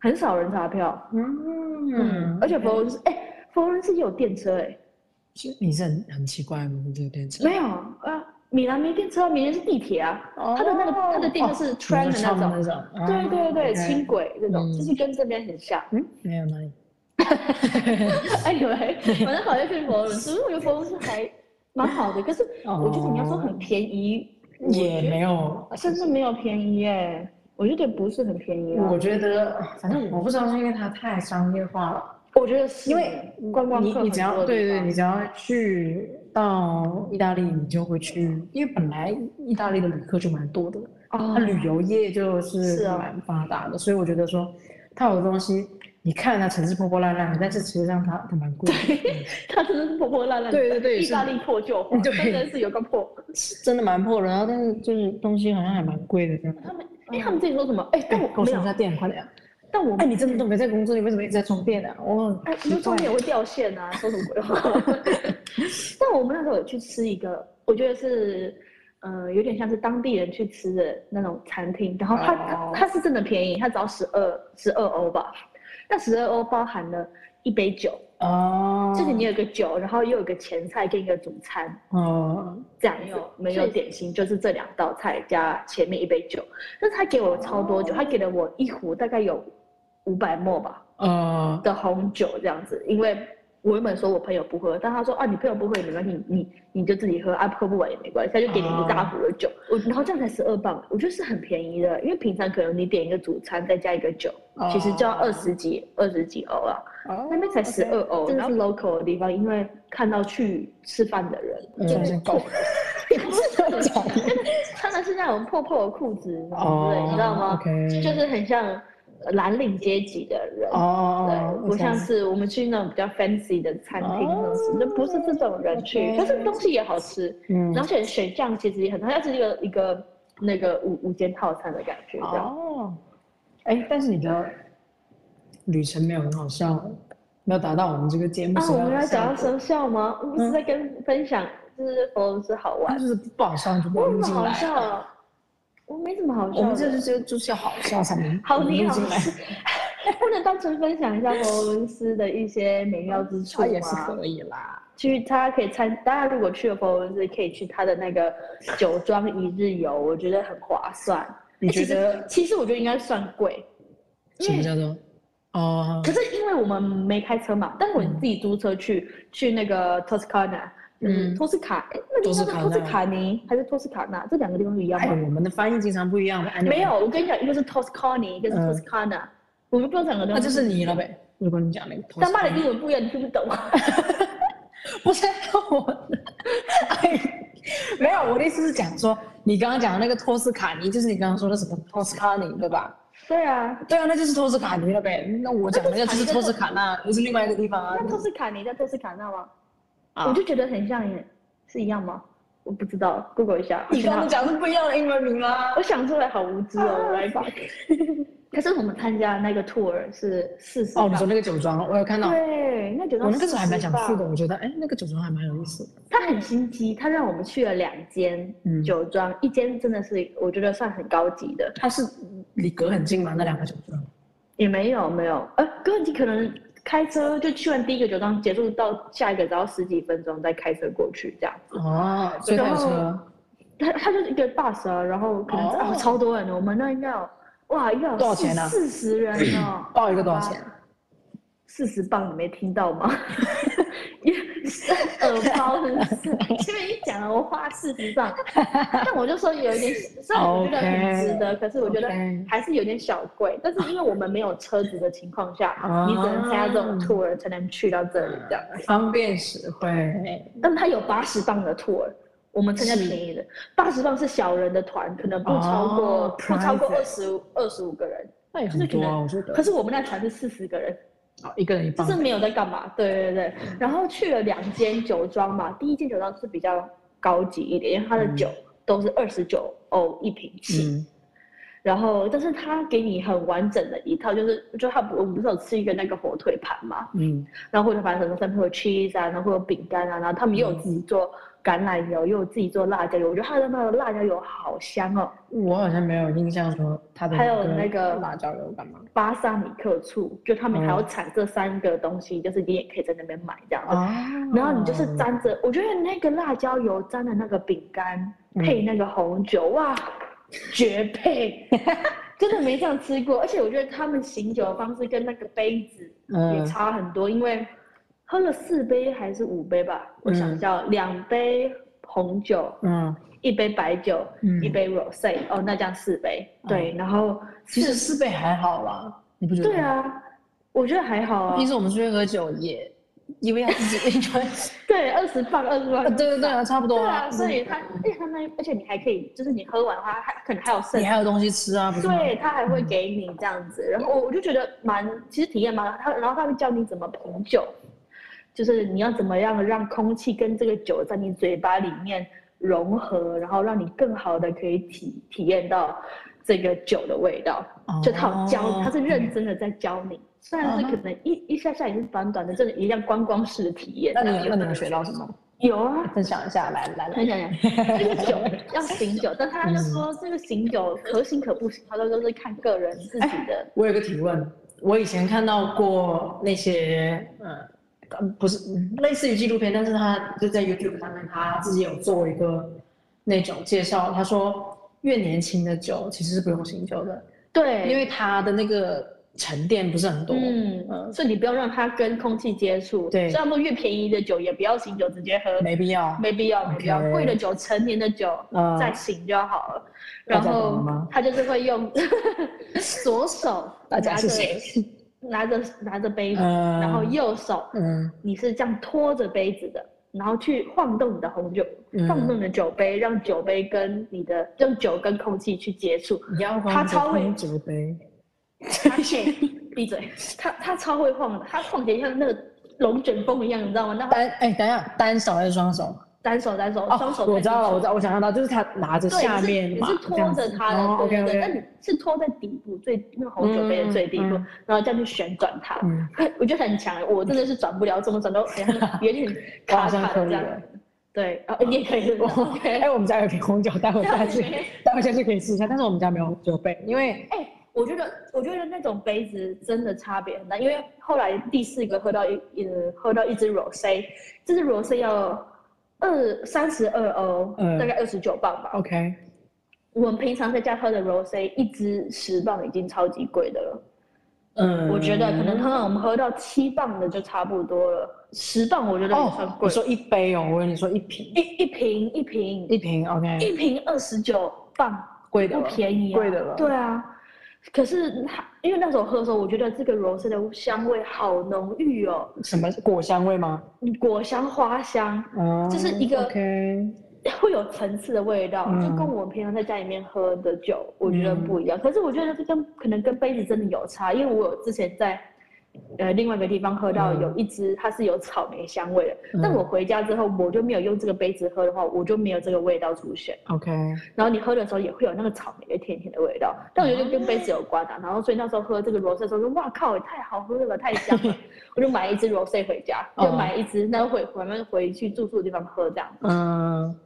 Speaker 1: 很少人查票。
Speaker 2: 嗯
Speaker 1: 嗯，，而且佛罗伦斯，哎、佛罗伦斯也有电车、哎，
Speaker 2: 是你是很很奇怪吗？这个电车
Speaker 1: 没有啊，米兰没电车啊，米兰是地铁啊，
Speaker 2: 哦
Speaker 1: 它的那个它的电车是 train 的那种，
Speaker 2: 种，哦
Speaker 1: 对对对，
Speaker 2: OK
Speaker 1: 轻轨这种，
Speaker 2: 嗯
Speaker 1: 就是跟这边很 像。
Speaker 2: 嗯，没有哪里，
Speaker 1: 哎呦喂，反正好像去佛罗伦斯，因 为我觉得佛罗伦斯还蛮好的，可是我觉得你要说很便宜，我
Speaker 2: 哦也
Speaker 1: 觉
Speaker 2: 没有。
Speaker 1: 得甚至没有便宜耶，我觉得不是很便宜啊。
Speaker 2: 我觉得，反正我不知道是因为它太商业化了，
Speaker 1: 我觉得是，
Speaker 2: 因为
Speaker 1: 观光
Speaker 2: 你
Speaker 1: 客
Speaker 2: 你只
Speaker 1: 很
Speaker 2: 要
Speaker 1: 多的
Speaker 2: 对
Speaker 1: 地
Speaker 2: 对，
Speaker 1: 方
Speaker 2: 你只要去到意大利，你就会去，因为本来意大利的旅客就蛮多的，
Speaker 1: 哦
Speaker 2: 它旅游业哦就是
Speaker 1: 是啊
Speaker 2: 蛮发达的，所以我觉得说，它有的东西，你看它城市破破烂烂的，但是实际上它它蛮贵的，嗯
Speaker 1: 它真的是破破烂烂的，
Speaker 2: 对对对
Speaker 1: 意大
Speaker 2: 是
Speaker 1: 利破旧化，
Speaker 2: 对
Speaker 1: 真的是有个破。
Speaker 2: 嗯 是真的蛮破的。然后但是就是东西好像还蛮贵的这样。
Speaker 1: 他们，哎，他们自己说什么？哎，但
Speaker 2: 哎
Speaker 1: 我
Speaker 2: 跟
Speaker 1: 没
Speaker 2: 充一下
Speaker 1: 有，
Speaker 2: 电，快点！
Speaker 1: 但我
Speaker 2: 哎，你这么都没在工作，你为什么一直在充电啊？我
Speaker 1: 哎，
Speaker 2: 很
Speaker 1: 你
Speaker 2: 奇
Speaker 1: 说
Speaker 2: 怪
Speaker 1: 中间也会掉线啊，说什么鬼话？ 但我们那时候有去吃一个，我觉得是，呃，有点像是当地人去吃的那种餐厅，然后它
Speaker 2: 哦
Speaker 1: 它它是真的便宜，它只要十二十二欧吧，但十二欧包含了一杯酒，
Speaker 2: 哦，
Speaker 1: 就是你有个酒，然后又有个前菜跟一个主餐。
Speaker 2: 哦，
Speaker 1: 这样子没有点心，就是这两道菜加前面一杯酒，但是他给我超多
Speaker 2: 哦
Speaker 1: 酒，他给了我一壶大概有五百沫吧，
Speaker 2: 呃，
Speaker 1: 的红酒这样子，因为我原本说我朋友不喝，但他说啊，你朋友不喝也没关系，你你你就自己喝啊，喝不完也没关系，他就给你一大壶的
Speaker 2: 哦
Speaker 1: 酒，我然后这样才十二磅，我觉得是很便宜的，因为平常可能你点一个主餐再加一个酒，其实就要二十几二十几欧啊，
Speaker 2: 哦，
Speaker 1: 那边才十二欧，
Speaker 2: 真
Speaker 1: 然
Speaker 2: 的
Speaker 1: 后 local 的地方，因为看到去吃饭的人，
Speaker 2: 嗯
Speaker 1: 就是
Speaker 2: 够
Speaker 1: 破，穿的是那种破破的裤子什么之类，你知道吗？
Speaker 2: 哦？OK，
Speaker 1: 就是很像呃蓝领阶级的人
Speaker 2: 哦，
Speaker 1: 对，不像是我们去那种比较 fancy 的餐厅
Speaker 2: 哦
Speaker 1: 那种，就不是这种人去
Speaker 2: OK。
Speaker 1: 但是东西也好吃，
Speaker 2: 嗯
Speaker 1: 而且选项其实也很多，它是一个一个那个五五间套餐的感觉。这样
Speaker 2: 哦，哎，但是你的旅程没有很好笑，没有达到我们这个节目
Speaker 1: 啊，
Speaker 2: 想
Speaker 1: 我
Speaker 2: 要
Speaker 1: 们要
Speaker 2: 的效
Speaker 1: 讲到
Speaker 2: 果，嗯
Speaker 1: 生肖吗？我不是在跟分享，就是佛罗伦斯好玩
Speaker 2: 那，就是不好笑就不
Speaker 1: 我
Speaker 2: 能
Speaker 1: 有
Speaker 2: 录
Speaker 1: 什
Speaker 2: 进
Speaker 1: 么好
Speaker 2: 来
Speaker 1: 笑
Speaker 2: 啊。
Speaker 1: 的？我没什么好
Speaker 2: 我
Speaker 1: 笑
Speaker 2: 们这
Speaker 1: 的。
Speaker 2: 就就是要好笑才能
Speaker 1: 好，
Speaker 2: 能
Speaker 1: 你
Speaker 2: 录
Speaker 1: 好
Speaker 2: 进来，
Speaker 1: 笑， 不能单纯分享一下佛罗伦斯的一些美妙之处
Speaker 2: 它也是
Speaker 1: 吗？
Speaker 2: 可以啦。
Speaker 1: 去他可以参，大家如果去了佛罗伦斯，可以去他的那个酒庄一日游，我觉得很划算。
Speaker 2: 你
Speaker 1: 哎其
Speaker 2: 觉
Speaker 1: 实嗯
Speaker 2: 得
Speaker 1: 其实我觉得应该算贵，
Speaker 2: 什么叫做？哦
Speaker 1: 可，是因为我们没开车嘛，但是我自己租车去、去那个 Toscana，就是
Speaker 2: 嗯
Speaker 1: 托斯卡，诶那地方是托斯卡尼还是托斯卡纳？这两个地方是一样
Speaker 2: 哎，
Speaker 1: 吗？
Speaker 2: 我们的翻译经常不一样的。
Speaker 1: 没有，，我跟你讲，一个是 Toscani，一个是
Speaker 2: 哎嗯
Speaker 1: Toscana，、我就不知道两个
Speaker 2: 那
Speaker 1: 东
Speaker 2: 就
Speaker 1: 西。
Speaker 2: 是你了呗。如果你讲那个，
Speaker 1: 但骂的英文不一样，你听不懂。
Speaker 2: 不是我，哎，没有，我的意思是讲说，你刚刚讲的那个托斯卡尼，就是你刚刚说的什么托斯卡尼，对吧？
Speaker 1: 对啊，
Speaker 2: 对啊，那就是托斯卡尼了呗。那我讲的那个就是托斯卡纳，又是另外一个地方啊
Speaker 1: 那。托斯卡尼在托斯卡纳吗？
Speaker 2: 啊
Speaker 1: 我就觉得很像耶，是一样吗？我不知道，Google 一下。
Speaker 2: 你刚啊
Speaker 1: 我
Speaker 2: 刚
Speaker 1: 觉得
Speaker 2: 讲的是不一样的英文名啦
Speaker 1: 好，。我想出来好无知哦，我来吧。 可是我们参加的那个 tour 是四十
Speaker 2: 哦，你说那个酒庄，我有看到。
Speaker 1: 对，那酒庄
Speaker 2: 我那个时候还蛮想去
Speaker 1: 40
Speaker 2: 的，
Speaker 1: 吧。
Speaker 2: 我觉得哎，那个酒庄还蛮有意思的。
Speaker 1: 他很心机，他让我们去了两间
Speaker 2: 嗯
Speaker 1: 酒庄，一间真的是我觉得算很高级的，
Speaker 2: 它是离隔很近吗？那两个酒庄？
Speaker 1: 也没有没有，呃，哥你可能开车就去完第一个酒庄，结束到下一个只要十几分钟，再开车过去这样子。
Speaker 2: 哦，所以它有
Speaker 1: 然后
Speaker 2: 车。
Speaker 1: 它它就是一个 bus 啊，然后可能、
Speaker 2: 哦
Speaker 1: 哦超多人的，我们那应该有哇，应该有
Speaker 2: 多少钱啊，
Speaker 1: 四十人哦
Speaker 2: 报一个多少钱？
Speaker 1: 四十磅，你没听到吗？ 耳包真的是，前面已经讲了，我花四十磅，但我就说有一点，虽然我觉 得很值得可是我觉得
Speaker 2: OK
Speaker 1: 还是有点小贵。但是因为我们没有车子的情况下
Speaker 2: 啊
Speaker 1: 你只能参加这种 tour 才能去到这里这样。
Speaker 2: 方便实惠，哎
Speaker 1: 但它有八十磅的 tour，我们参加
Speaker 2: 是
Speaker 1: 便宜的，八十磅是小人的团，可能不超过、
Speaker 2: 哦
Speaker 1: 不超过
Speaker 2: private
Speaker 1: 二十二十五个人。
Speaker 2: 那也
Speaker 1: 就
Speaker 2: 很
Speaker 1: 是可
Speaker 2: 多啊，
Speaker 1: 能
Speaker 2: 我觉得。
Speaker 1: 可是我们那团是四十个人，
Speaker 2: 哦一个人一
Speaker 1: 就
Speaker 2: 磅
Speaker 1: 是，没有在干嘛。对对对，
Speaker 2: 嗯
Speaker 1: 然后去了两间酒庄嘛，第一间酒庄是比较高级一点，因为它的
Speaker 2: 嗯
Speaker 1: 酒都是二十九欧一瓶起。
Speaker 2: 嗯，
Speaker 1: 然后，但是它给你很完整的一套，就是就它不我们不是有吃一个那个火腿盘嘛，
Speaker 2: 嗯，
Speaker 1: 然后火腿盘可能上面会有 cheese 啊，然后会有饼干啊，然后他们也有
Speaker 2: 嗯
Speaker 1: 自己做橄榄油，也有自己做辣椒油，我觉得他的那个辣椒油好香哦，
Speaker 2: 我好像没有印象说他的
Speaker 1: 还有那个
Speaker 2: 辣椒油干嘛
Speaker 1: 巴萨米克醋，就他们还
Speaker 2: 嗯
Speaker 1: 要产这三个东西，就是你也可以在那边买这样子。
Speaker 2: 啊？
Speaker 1: 然后你就是沾着，我觉得那个辣椒油沾的那个饼干
Speaker 2: 嗯
Speaker 1: 配那个红酒，哇，绝 配！真的没这样吃过，而且我觉得他们醒酒的方式跟那个杯子也
Speaker 2: 嗯
Speaker 1: 差很多，因为喝了四杯还是五杯吧，我想一下，两杯红酒，
Speaker 2: 嗯，
Speaker 1: 一杯白酒，
Speaker 2: 嗯
Speaker 1: 一杯 rosé，哦，那这样四杯，对，然后
Speaker 2: 其实四倍还好啦，你不觉得？
Speaker 1: 对，啊，我觉得还好啊
Speaker 2: 平，时我们出去喝酒也，因为要自己 一个人，
Speaker 1: 对，二十磅，二十磅
Speaker 2: 啊，对对对啊，差不多
Speaker 1: 对啊，
Speaker 2: 嗯
Speaker 1: 所以它，而且它那，而且你还可以，就是你喝完的话，它可能还有剩
Speaker 2: 你，嗯还有东西吃 啊，不是吗？
Speaker 1: 对，它还会给你这样子。然后我我就觉得蛮，其实体验蛮，它然后它会教你怎么品酒，就是你要怎么样让空气跟这个酒在你嘴巴里面融合，然后让你更好的可以体体验到这个酒的味道。
Speaker 2: 哦嗯
Speaker 1: 就他有教你，他是认真的在教你，虽然是可能一一下下也是短短的，真的一样观光式的体验。
Speaker 2: 那你那你有学到什么？
Speaker 1: 有啊，
Speaker 2: 分享一下，来来来
Speaker 1: 很，想讲，哎这个酒要醒酒，但他
Speaker 2: 嗯
Speaker 1: 就说这个醒酒可行可不行，他说都是看个人自己的。
Speaker 2: 我有个提问，我以前看到过那些呃，呃不是嗯类似于纪录片，但是他就在 YouTube 上面，他自己有做一个那种介绍，他说越年轻的酒其实是不用醒酒的，
Speaker 1: 对，
Speaker 2: 哎因为它的那个沉淀不是很多。
Speaker 1: 嗯，
Speaker 2: 嗯
Speaker 1: 所以你不要让它跟空气接触。
Speaker 2: 对
Speaker 1: 虽然说越便宜的酒也不要醒酒直接喝，
Speaker 2: 没必要。
Speaker 1: 没必要，没必要。
Speaker 2: OK
Speaker 1: 贵的酒，成年的酒
Speaker 2: 嗯
Speaker 1: 再醒就好了。
Speaker 2: 大
Speaker 1: 然
Speaker 2: 家懂了
Speaker 1: 后
Speaker 2: 吗
Speaker 1: 他就是会 用左手
Speaker 2: 大
Speaker 1: 拿
Speaker 2: 家
Speaker 1: 着
Speaker 2: 谢谢。
Speaker 1: 拿着拿着杯子，
Speaker 2: 嗯
Speaker 1: 然后右手
Speaker 2: 嗯
Speaker 1: 你是这样托着杯子的，然后去晃动你的红酒，
Speaker 2: 嗯
Speaker 1: 晃动你的酒杯，让酒杯跟你的让酒跟空气去接 触。
Speaker 2: 你要
Speaker 1: 他超会
Speaker 2: 酒杯。
Speaker 1: 他可以闭嘴，他他超会晃的，他晃起来像那个龙卷风一样，你知道吗？那会
Speaker 2: 单哎，等一下，单手还是双手？
Speaker 1: 单手单手
Speaker 2: 哦
Speaker 1: 双手，
Speaker 2: 我知道了，我
Speaker 1: 知
Speaker 2: 知道，我想象到，就是他拿着
Speaker 1: 对，
Speaker 2: 下面
Speaker 1: 你
Speaker 2: 嘛，
Speaker 1: 是你是
Speaker 2: 这
Speaker 1: 托
Speaker 2: 样子
Speaker 1: 着它的，
Speaker 2: 哦
Speaker 1: 对对
Speaker 2: OK，OK
Speaker 1: 对，但你是托在底部最那个红酒杯的最底部，
Speaker 2: 嗯嗯
Speaker 1: 然后这样去旋转它。
Speaker 2: 嗯
Speaker 1: 我觉得很强，欸我真的是转不了，怎么 转都好像有点
Speaker 2: 我好
Speaker 1: 卡
Speaker 2: 像
Speaker 1: 卡
Speaker 2: 可
Speaker 1: 的
Speaker 2: 以
Speaker 1: 这样
Speaker 2: 了。
Speaker 1: 对，哦，你也可以是不是
Speaker 2: 哎、
Speaker 1: ，OK。
Speaker 2: 我们家有一瓶红酒，待会 下去
Speaker 1: 对，
Speaker 2: 待会下去可以试一下。但是我们家没有酒杯，因为
Speaker 1: 哎、我觉得，我觉得那种杯子真的差别很大，因为后来第四个喝到一，呃，喝到一支 rosé，这支 rosé 要二三十二欧，
Speaker 2: 嗯
Speaker 1: 大概二十九磅吧。
Speaker 2: OK，
Speaker 1: 我们平常在家喝的 rosé 一支十磅已经超级贵的了，
Speaker 2: 嗯
Speaker 1: 我觉得可能通常我们喝到七磅的就差不多了，十磅我觉得也算
Speaker 2: 哦，
Speaker 1: 贵。
Speaker 2: 你说一杯哦，我跟你说一瓶，
Speaker 1: 一一瓶一瓶
Speaker 2: 一瓶 OK，
Speaker 1: 一瓶二十九磅，
Speaker 2: 贵的
Speaker 1: 不
Speaker 2: 了
Speaker 1: 便宜、啊，
Speaker 2: 贵的了
Speaker 1: 对啊，可是它因为那时候喝的时候，我觉得这个 rose 的香味好浓郁哦，嗯
Speaker 2: 什么果香味吗？
Speaker 1: 果香、花香，
Speaker 2: 嗯，
Speaker 1: 这是一个
Speaker 2: OK，
Speaker 1: 会有层次的味道，
Speaker 2: 嗯
Speaker 1: 就跟我们平常在家里面喝的酒，我觉得不一样。可是我觉得这跟可能跟杯子真的有差，因为我有之前在。呃，另外一个地方喝到
Speaker 2: 嗯
Speaker 1: 有一支，它是有草莓香味的。
Speaker 2: 嗯
Speaker 1: 但我回家之后，我就没有用这个杯子喝的话，我就没有这个味道出现。
Speaker 2: OK，
Speaker 1: 然后你喝的时候也会有那个草莓的甜甜的味道，但我觉得跟杯子有关啊。然后所以那时候喝这个 rose 的时候说，哇靠，也太好喝了，太香了，我就买了一支 rose 回家，
Speaker 2: 哦
Speaker 1: 就买一支，那回我们回去住宿的地方喝这样。
Speaker 2: 嗯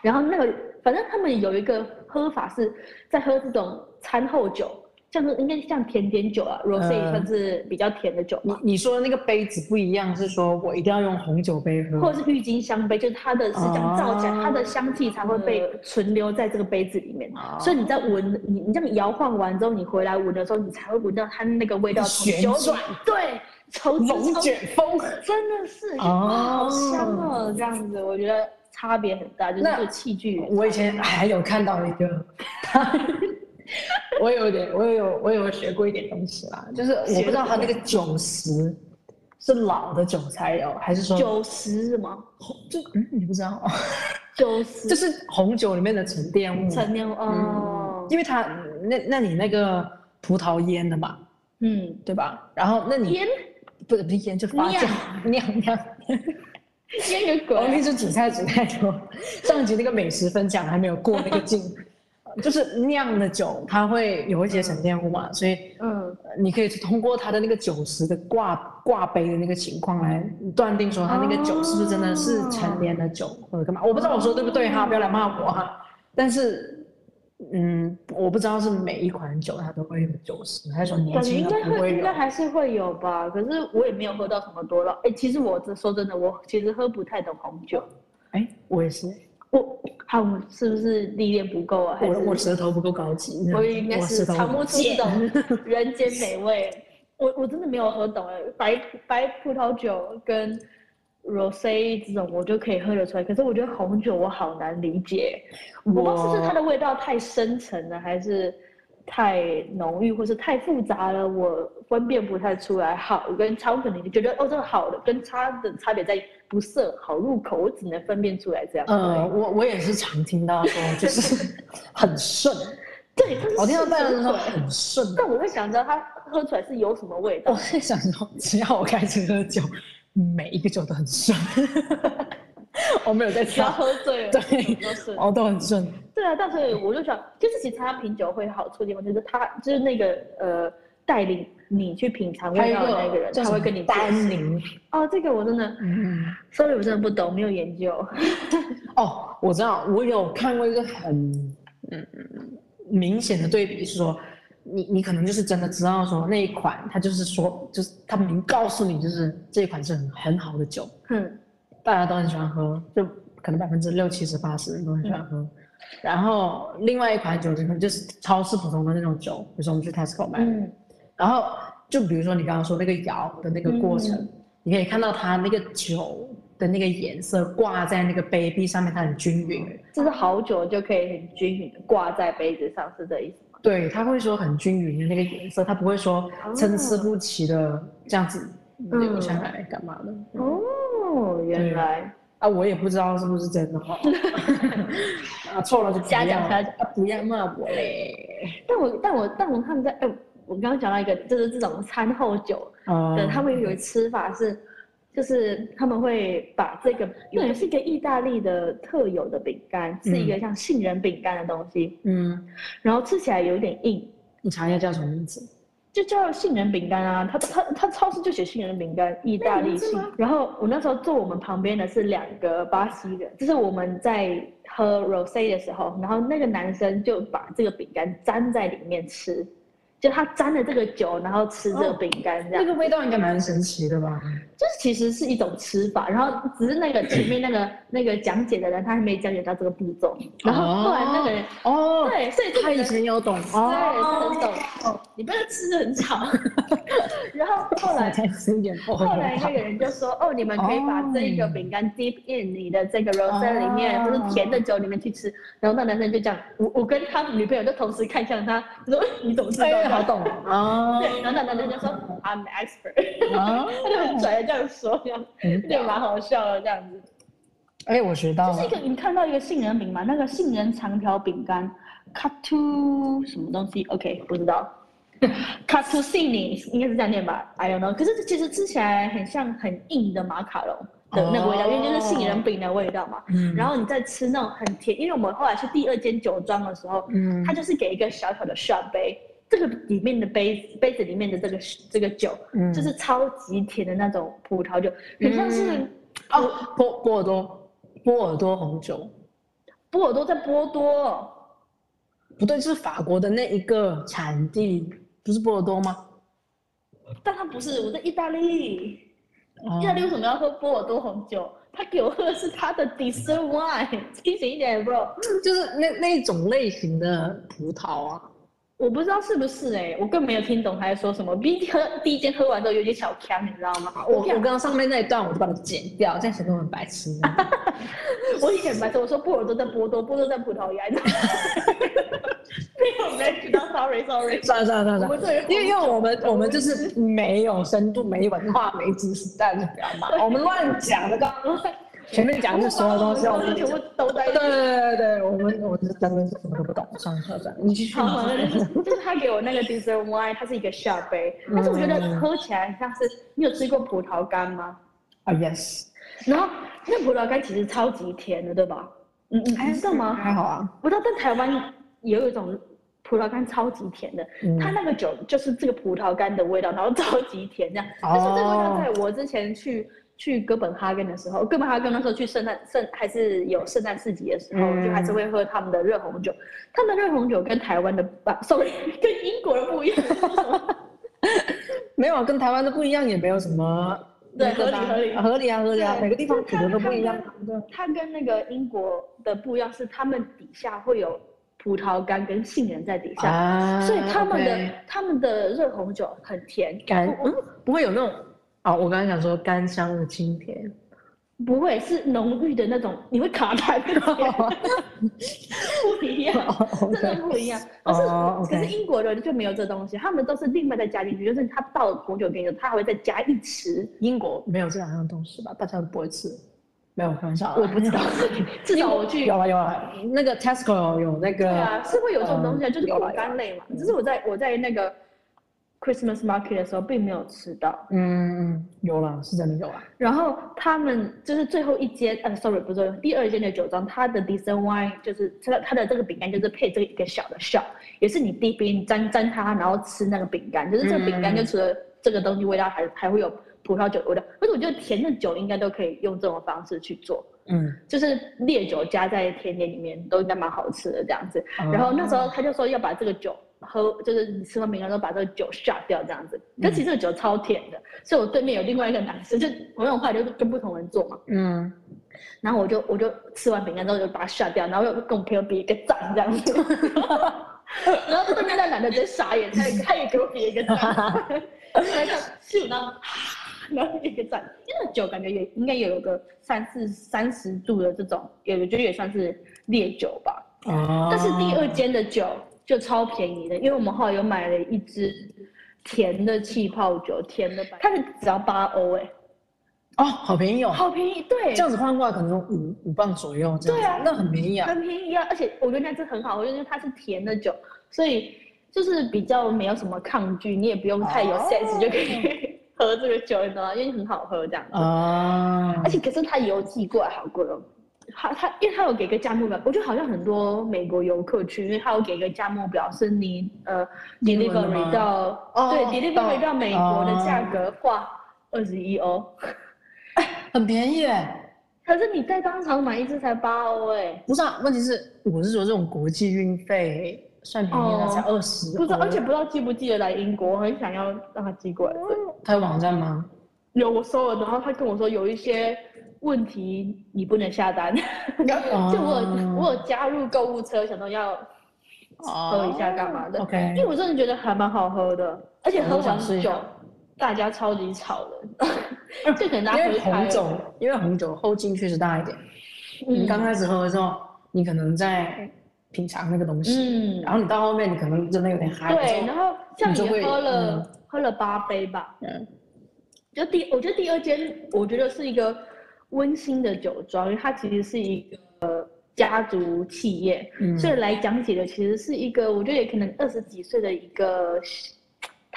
Speaker 1: 然后那个反正他们有一个喝法是在喝这种餐后酒，像是应该像甜点酒啊，rosé 也算是比较甜的酒
Speaker 2: 你
Speaker 1: 嘛，
Speaker 2: 你说的那个杯子不一样，是说我一定要用红酒杯喝，
Speaker 1: 或者是郁金香杯，就是它的是这样造起来，
Speaker 2: 哦
Speaker 1: 它的香气才会被存留在这个杯子里面。
Speaker 2: 哦
Speaker 1: 所以你在闻，你你这样摇晃完之后，你回来闻的时候，你才会闻到它那个味道从
Speaker 2: 旋
Speaker 1: 酒里
Speaker 2: 转
Speaker 1: 对，从
Speaker 2: 龙卷 风。
Speaker 1: 真的是好
Speaker 2: 哦
Speaker 1: 香哦，这样子我觉得差别很大，就是
Speaker 2: 那
Speaker 1: 这个器具。
Speaker 2: 我以前还有看到一个， 我有点，我有我有学过一点东西啦，就是我不知道他那个酒石是老的酒才有，还是说
Speaker 1: 九十什么
Speaker 2: 就 嗯你不知道，哦
Speaker 1: 九十
Speaker 2: 就是红酒里面的沉淀物，
Speaker 1: 陈年
Speaker 2: 嗯
Speaker 1: 哦，，
Speaker 2: 因为它那那你那个葡萄腌的嘛，
Speaker 1: 嗯，
Speaker 2: 对吧？然后那你
Speaker 1: 烟
Speaker 2: 不是不是腌就发酵 酿酿，
Speaker 1: 烟有
Speaker 2: 我跟你
Speaker 1: 鬼，
Speaker 2: 说煮菜煮太多，上集那个美食分享还没有过那 个劲，呃就是酿的酒它会有一些沉淀物嘛，所以
Speaker 1: 嗯，
Speaker 2: 呃你可以通过它的那个酒石的挂挂杯的那个情况来断定说它那个酒是不是真的是
Speaker 1: 哦
Speaker 2: 陈年的酒或者干嘛，我不知道我说对不对哈，不要来骂我哈。但是，嗯，我不知道是每一款酒它都会有酒石，还是说年
Speaker 1: 感觉
Speaker 2: 轻
Speaker 1: 应
Speaker 2: 的
Speaker 1: 该
Speaker 2: 不
Speaker 1: 会
Speaker 2: 会
Speaker 1: 应
Speaker 2: 有
Speaker 1: 该？还是会有吧，可是我也没有喝到什么多了。哎，其实我这说真的，我其实喝不太懂红酒，
Speaker 2: 哎，我也是，
Speaker 1: 我看我是不是历练不够啊？还
Speaker 2: 我
Speaker 1: 是
Speaker 2: 我舌头不够高级，
Speaker 1: 我应该
Speaker 2: 我
Speaker 1: 是
Speaker 2: 舌头
Speaker 1: 尝不出这
Speaker 2: 贱
Speaker 1: 种人间美味。我我真的没有喝懂哎，白白葡萄酒跟 rosé 这种我就可以喝得出来，可是我觉得红酒我好难理解。我不知道是不是它的味道太深沉了，还是太浓郁，或是太复杂了，我分辨不太出来。好跟差，我可能觉得哦，这个好的跟差的差别在于哎不涩，好入口，我只能分辨出来这样。
Speaker 2: 呃，我我也是常听到说， 就是很 顺，
Speaker 1: 对，但是
Speaker 2: 我听到
Speaker 1: 是
Speaker 2: 大家都说
Speaker 1: 对
Speaker 2: 很顺。
Speaker 1: 但我会想知道它喝出来是有什么味道
Speaker 2: 我。在想说，只要我开始喝酒，每一个酒都很顺， 我没有在
Speaker 1: 只要
Speaker 2: 挑，
Speaker 1: 喝醉了，
Speaker 2: 对
Speaker 1: 什么都是。
Speaker 2: 哦，都很顺。
Speaker 1: 对啊，但是我就想，就是其实它品酒会好处的地方，就是它就是那个呃带领你去品尝味道的那个人，他会跟你解释
Speaker 2: 单宁，
Speaker 1: 哦，这个我真的
Speaker 2: 嗯，
Speaker 1: ，sorry，我真的不懂，没有研究。
Speaker 2: 哦，我知道，我有看过一个很嗯明显的对比，是说你你可能就是真的知道说那一款，它就是说就是他明告诉你就是这一款是很很好的酒，
Speaker 1: 哼，
Speaker 2: 大家都很喜欢喝，就可能百分之六七十八十人都很喜
Speaker 1: 嗯
Speaker 2: 欢喝。然后另外一款酒可能就是超市普通的那种酒，比如说我们去 Tesco 买的，
Speaker 1: 嗯
Speaker 2: 然后就比如说你刚刚说那个摇的那个过程，
Speaker 1: 嗯
Speaker 2: 你可以看到它那个酒的那个颜色挂在那个杯壁上面，它很均匀。
Speaker 1: 就是好酒就可以很均匀的挂在杯子上，是这意思吗？
Speaker 2: 对，它会说很均匀的那个颜色，它不会说参差不齐的这样子
Speaker 1: 嗯
Speaker 2: 留下来干嘛的。
Speaker 1: 哦，原来
Speaker 2: 啊，我也不知道是不是真的 哈。啊，错了就不
Speaker 1: 瞎讲
Speaker 2: 要
Speaker 1: 瞎讲
Speaker 2: 啊，不要骂我嘞。
Speaker 1: 但我但我但我看在，哎、我刚刚讲到一个，就是这种餐后酒，
Speaker 2: 啊
Speaker 1: 对，他们有一吃法是，就是他们会把这个，因为是一个意大利的特有的饼干，是一个像杏仁饼干的东西，
Speaker 2: 嗯，
Speaker 1: 然后吃起来有点硬，
Speaker 2: 你查一下叫什么名字？
Speaker 1: 就叫杏仁饼干啊，它它它超市就写杏仁饼干，意大利
Speaker 2: 那有名字
Speaker 1: 杏
Speaker 2: 吗。
Speaker 1: 然后我那时候坐我们旁边的是两个巴西人，就是我们在喝 rosé 的时候，然后那个男生就把这个饼干粘在里面吃，就他沾了这个酒，然后吃这个
Speaker 2: 哦
Speaker 1: 饼干这样。
Speaker 2: 那个味道应该蛮神奇的吧？
Speaker 1: 就是其实是一种吃法，然后只是那个前面那个 那个讲解的人他还没讲解到这个步骤，然后后来那个人、
Speaker 2: 哦，
Speaker 1: 对，所以这
Speaker 2: 他
Speaker 1: 个
Speaker 2: 以
Speaker 1: 人
Speaker 2: 前有懂
Speaker 1: 对
Speaker 2: 哦，
Speaker 1: 他很懂，你不要吃得很吵。 然后后
Speaker 2: 后来
Speaker 1: 来
Speaker 2: 才 吃一点。后
Speaker 1: 后来那个人就说，哦，你们可以把这一个饼干 deep in 你的这个 rosé 里面，
Speaker 2: 哦
Speaker 1: 就是甜的酒里面去吃。然后那男生就讲，我我跟他女朋友就同时看向他，我说哎你怎么知道
Speaker 2: 哎，
Speaker 1: 的？
Speaker 2: 好懂哦
Speaker 1: 对，然后那男生就说 I'm an expert，
Speaker 2: 啊！
Speaker 1: 他就很拽的这样说，这样
Speaker 2: 嗯
Speaker 1: 就蛮好笑的这样子。
Speaker 2: 哎，我学到
Speaker 1: 就是一
Speaker 2: 了
Speaker 1: 个你看到一个杏仁饼嘛，那个杏仁长条饼干 c a t u 什么东西？OK，不知道 c a t u s i n i 应该是这样念吧？I don't know。可是其实吃起来很像很硬的马卡龙的那个味道，
Speaker 2: 哦
Speaker 1: 因为就是杏仁饼的味道嘛。
Speaker 2: 嗯
Speaker 1: 然后你再吃那种很甜，因为我们后来去第二间酒庄的时候，
Speaker 2: 嗯
Speaker 1: 它就是给一个小小的 shot 杯，这个里面的杯子杯子里面的这个这个酒，
Speaker 2: 嗯
Speaker 1: 就是超级甜的那种葡萄酒，很像是。
Speaker 2: 嗯哦，波波尔多，波尔多红酒，
Speaker 1: 哦波尔多在波多，
Speaker 2: 不对，就是法国的那一个产地，不是波尔多吗？
Speaker 1: 但它不是，我在意大利，
Speaker 2: 哦
Speaker 1: 意大利为什么要喝波尔多红酒？他给我喝的是他的 dessert wine，清醒一点，bro。
Speaker 2: 就是那那一种类型的葡萄啊。
Speaker 1: 我不知道是不是哎、我更没有听懂他在说什么。毕竟喝第一间喝完之后有点小呛，你知道吗？
Speaker 2: 我
Speaker 1: 我
Speaker 2: 我刚刚上面那一段我就把它剪掉，这样显得我很 白痴。
Speaker 1: 我以前白痴，我说波尔多在波多，波多在葡萄牙，你知道吗没有人知道，sorry sorry。
Speaker 2: 算了算了算
Speaker 1: 我们
Speaker 2: 了
Speaker 1: 这人
Speaker 2: 因为因为我们我们就是没有深度、没文化、没知识，但是不要骂，我们乱讲的。刚刚前面讲的所有东西，我们
Speaker 1: 全部都在
Speaker 2: 对对对对，我们我们真的是什么都不懂。算了算了算了，你继续。
Speaker 1: 好，反正就是就是他给我那个 dessert wine，它是一个下杯，但是我觉得喝起来很像是你有吃过葡萄干吗？
Speaker 2: 啊，yes，
Speaker 1: 然后那葡萄干其实超级甜的，对吧？
Speaker 2: 嗯嗯
Speaker 1: 还知道吗
Speaker 2: 还好啊，
Speaker 1: 不知道在台湾也有一种葡萄干超级甜的，
Speaker 2: 嗯
Speaker 1: 它那个酒就是这个葡萄干的味道，然后超级甜这样。但是这个味道
Speaker 2: 哦
Speaker 1: 在我之前去去哥本哈根的时候，哥本哈根那时候去圣诞圣还是有圣诞市集的时候，
Speaker 2: 嗯
Speaker 1: 就还是会喝他们的热红酒。他们的热红酒跟台湾的 吧，sorry，跟英国的不一样。
Speaker 2: 没有啊，跟台湾的不一样，也没有什么
Speaker 1: 对
Speaker 2: 那个吧
Speaker 1: 合理合理
Speaker 2: 合理啊合理啊，
Speaker 1: 对
Speaker 2: 每个地方可能都不一样
Speaker 1: 就是。
Speaker 2: 对
Speaker 1: 它跟那个英国的不一样，是他们底下会有葡萄干跟杏仁在底下。
Speaker 2: 啊
Speaker 1: 所以他们的、
Speaker 2: OK
Speaker 1: 他们的热红酒很甜，
Speaker 2: 干
Speaker 1: 不
Speaker 2: 嗯不会有那种啊，我刚刚想说干香的清甜，
Speaker 1: 不会是浓郁的那种，你会卡痰的 甜，不一样， 真的不一样。可是、
Speaker 2: 哦，OK
Speaker 1: 可是英国人就没有这东西，他们都是另外再加进去，就是他倒了红酒给你，他还会再加一匙。
Speaker 2: 英国没有这两样东西吧？大家都不会吃。没有，开玩笑啊，
Speaker 1: 我不 知道， 至少我去
Speaker 2: 有啊有啊，那个 Tesco 有那
Speaker 1: 对
Speaker 2: 个
Speaker 1: 啊，是会有这种东西啊，
Speaker 2: 嗯
Speaker 1: 就是
Speaker 2: 有
Speaker 1: 果
Speaker 2: 啦有
Speaker 1: 干类嘛。只是我在我在那个 Christmas market 的时候并没有吃到。
Speaker 2: 嗯，嗯有了，是真的有啊。
Speaker 1: 然后他们就是最后一间，呃，sorry，不是最后第二间的酒庄，它的 dessert wine 就是它它的这个饼干就是配这个一个小的 shot，也是你滴冰沾沾它，然后吃那个饼干，就是这个饼干就除了这个东西味道还，还会有葡萄酒的味道。可是我觉得甜的酒应该都可以用这种方式去做，
Speaker 2: 嗯，
Speaker 1: 就是烈酒加在甜点里面都应该蛮好吃的这样子。 然后那时候他就说要把这个酒喝，就是你吃完饼干之后把这个酒下掉这样子。但其实这个酒超甜的，所以我对面有另外一个男生，就我那种话就是跟不同人做嘛。
Speaker 2: 嗯，
Speaker 1: 然后我就我就吃完饼干之后就把它下掉，然后又跟我朋友比一个赞这样子。 然后对面那男的直接傻眼，他也他也给我比一个赞， 他就咻，然后 啊然后一个赞，因为酒感觉也应该也有个三四三十度的这种，也我觉得也算是烈酒吧。
Speaker 2: 哦
Speaker 1: 但是第二间的酒就超便宜的，因为我们后来有买了一支甜的气泡酒，甜的白，它是只要八欧哎，
Speaker 2: 哦，好便宜哦，
Speaker 1: 好便宜，对
Speaker 2: 这，样子换过来可能有五五磅左右这样子，
Speaker 1: 对啊
Speaker 2: 那很便宜啊。
Speaker 1: 很便宜啊！而且我觉得那支很好，我觉得它是甜的酒，所以就是比较没有什么抗拒，你也不用太有
Speaker 2: 哦
Speaker 1: sense 就可以 喝这个酒，你知道吗？因为很好喝这样子。
Speaker 2: 啊，
Speaker 1: 而且可是它邮寄过来好贵哦。它它，因为它有给一个价目表，我觉得好像很多美国游客去，因为它有给一个价目表，是你呃
Speaker 2: 英文的吗
Speaker 1: delivery 到、
Speaker 2: 哦
Speaker 1: 对
Speaker 2: 懂
Speaker 1: delivery 到美国的价格哇二十一欧，
Speaker 2: 很便宜哎。
Speaker 1: 可是你在当场买一支才八欧哎，
Speaker 2: 不是啊，问题是我是说这种国际运费算便宜了，
Speaker 1: 哦
Speaker 2: 才二十。
Speaker 1: 不知道而且不知道寄不寄得来英国，我很想要让它寄过来。
Speaker 2: 它有网站吗？
Speaker 1: 有我收了，然后他跟我说有一些问题你不能下单， 就我有
Speaker 2: 哦
Speaker 1: 我有加入购物车，想说要
Speaker 2: 喝
Speaker 1: 喝一下干嘛的。
Speaker 2: OK，
Speaker 1: 因为我真的觉得还蛮好喝的，而且喝
Speaker 2: 我想
Speaker 1: 完
Speaker 2: 试一
Speaker 1: 酒
Speaker 2: 下，嗯
Speaker 1: 大家超级吵的，就可能大
Speaker 2: 因
Speaker 1: 家
Speaker 2: 为
Speaker 1: 喝开
Speaker 2: 红
Speaker 1: 了，
Speaker 2: 酒，因为红酒后劲确实大一点。你
Speaker 1: 嗯
Speaker 2: 刚开始喝的时候，你可能在品尝那个东西，
Speaker 1: 嗯，
Speaker 2: 然后你到后面你可能真的有点嗨。
Speaker 1: 对，然后像
Speaker 2: 你就
Speaker 1: 你
Speaker 2: 会
Speaker 1: 喝了、
Speaker 2: 嗯
Speaker 1: 喝了八杯吧，
Speaker 2: 嗯
Speaker 1: 就第我觉得第二间我觉得是一个温馨的酒庄，因为它其实是一个家族企业，
Speaker 2: 嗯
Speaker 1: 所以来讲解的其实是一个，我觉得也可能二十几岁的一个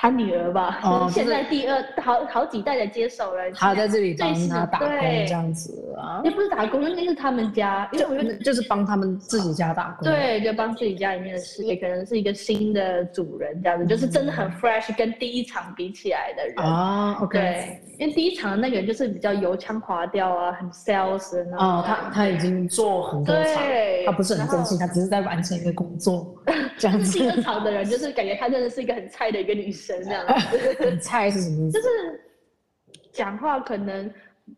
Speaker 1: 他女儿吧，
Speaker 2: 哦
Speaker 1: 就是现
Speaker 2: 就是
Speaker 1: 在第二好好几代的接手人，
Speaker 2: 他在这里
Speaker 1: 最
Speaker 2: 帮
Speaker 1: 是
Speaker 2: 他打工
Speaker 1: 对
Speaker 2: 这样子啊，
Speaker 1: 也不是打工，那是他们家，因为我觉得。
Speaker 2: 就是帮他们自己家打工。，
Speaker 1: 对，就帮自己家里面的事业，可能是一个新的主人这样子，就是真的
Speaker 2: 嗯
Speaker 1: 很 fresh，跟第一场比起来的人，
Speaker 2: 啊，OK，
Speaker 1: 对，因为第一场的那个人就是比较油腔滑调啊，很 sales 的那种
Speaker 2: 啊哦，他他已经做很多场，
Speaker 1: 对，
Speaker 2: 他不是很
Speaker 1: 然后
Speaker 2: 正式，他只是在完成一个工作。这样
Speaker 1: 性
Speaker 2: 子。
Speaker 1: 格吵的人，就是感觉她真的是一个很菜的一个女生这样子，
Speaker 2: 菜是什么意
Speaker 1: 就
Speaker 2: 思？
Speaker 1: 是讲话可能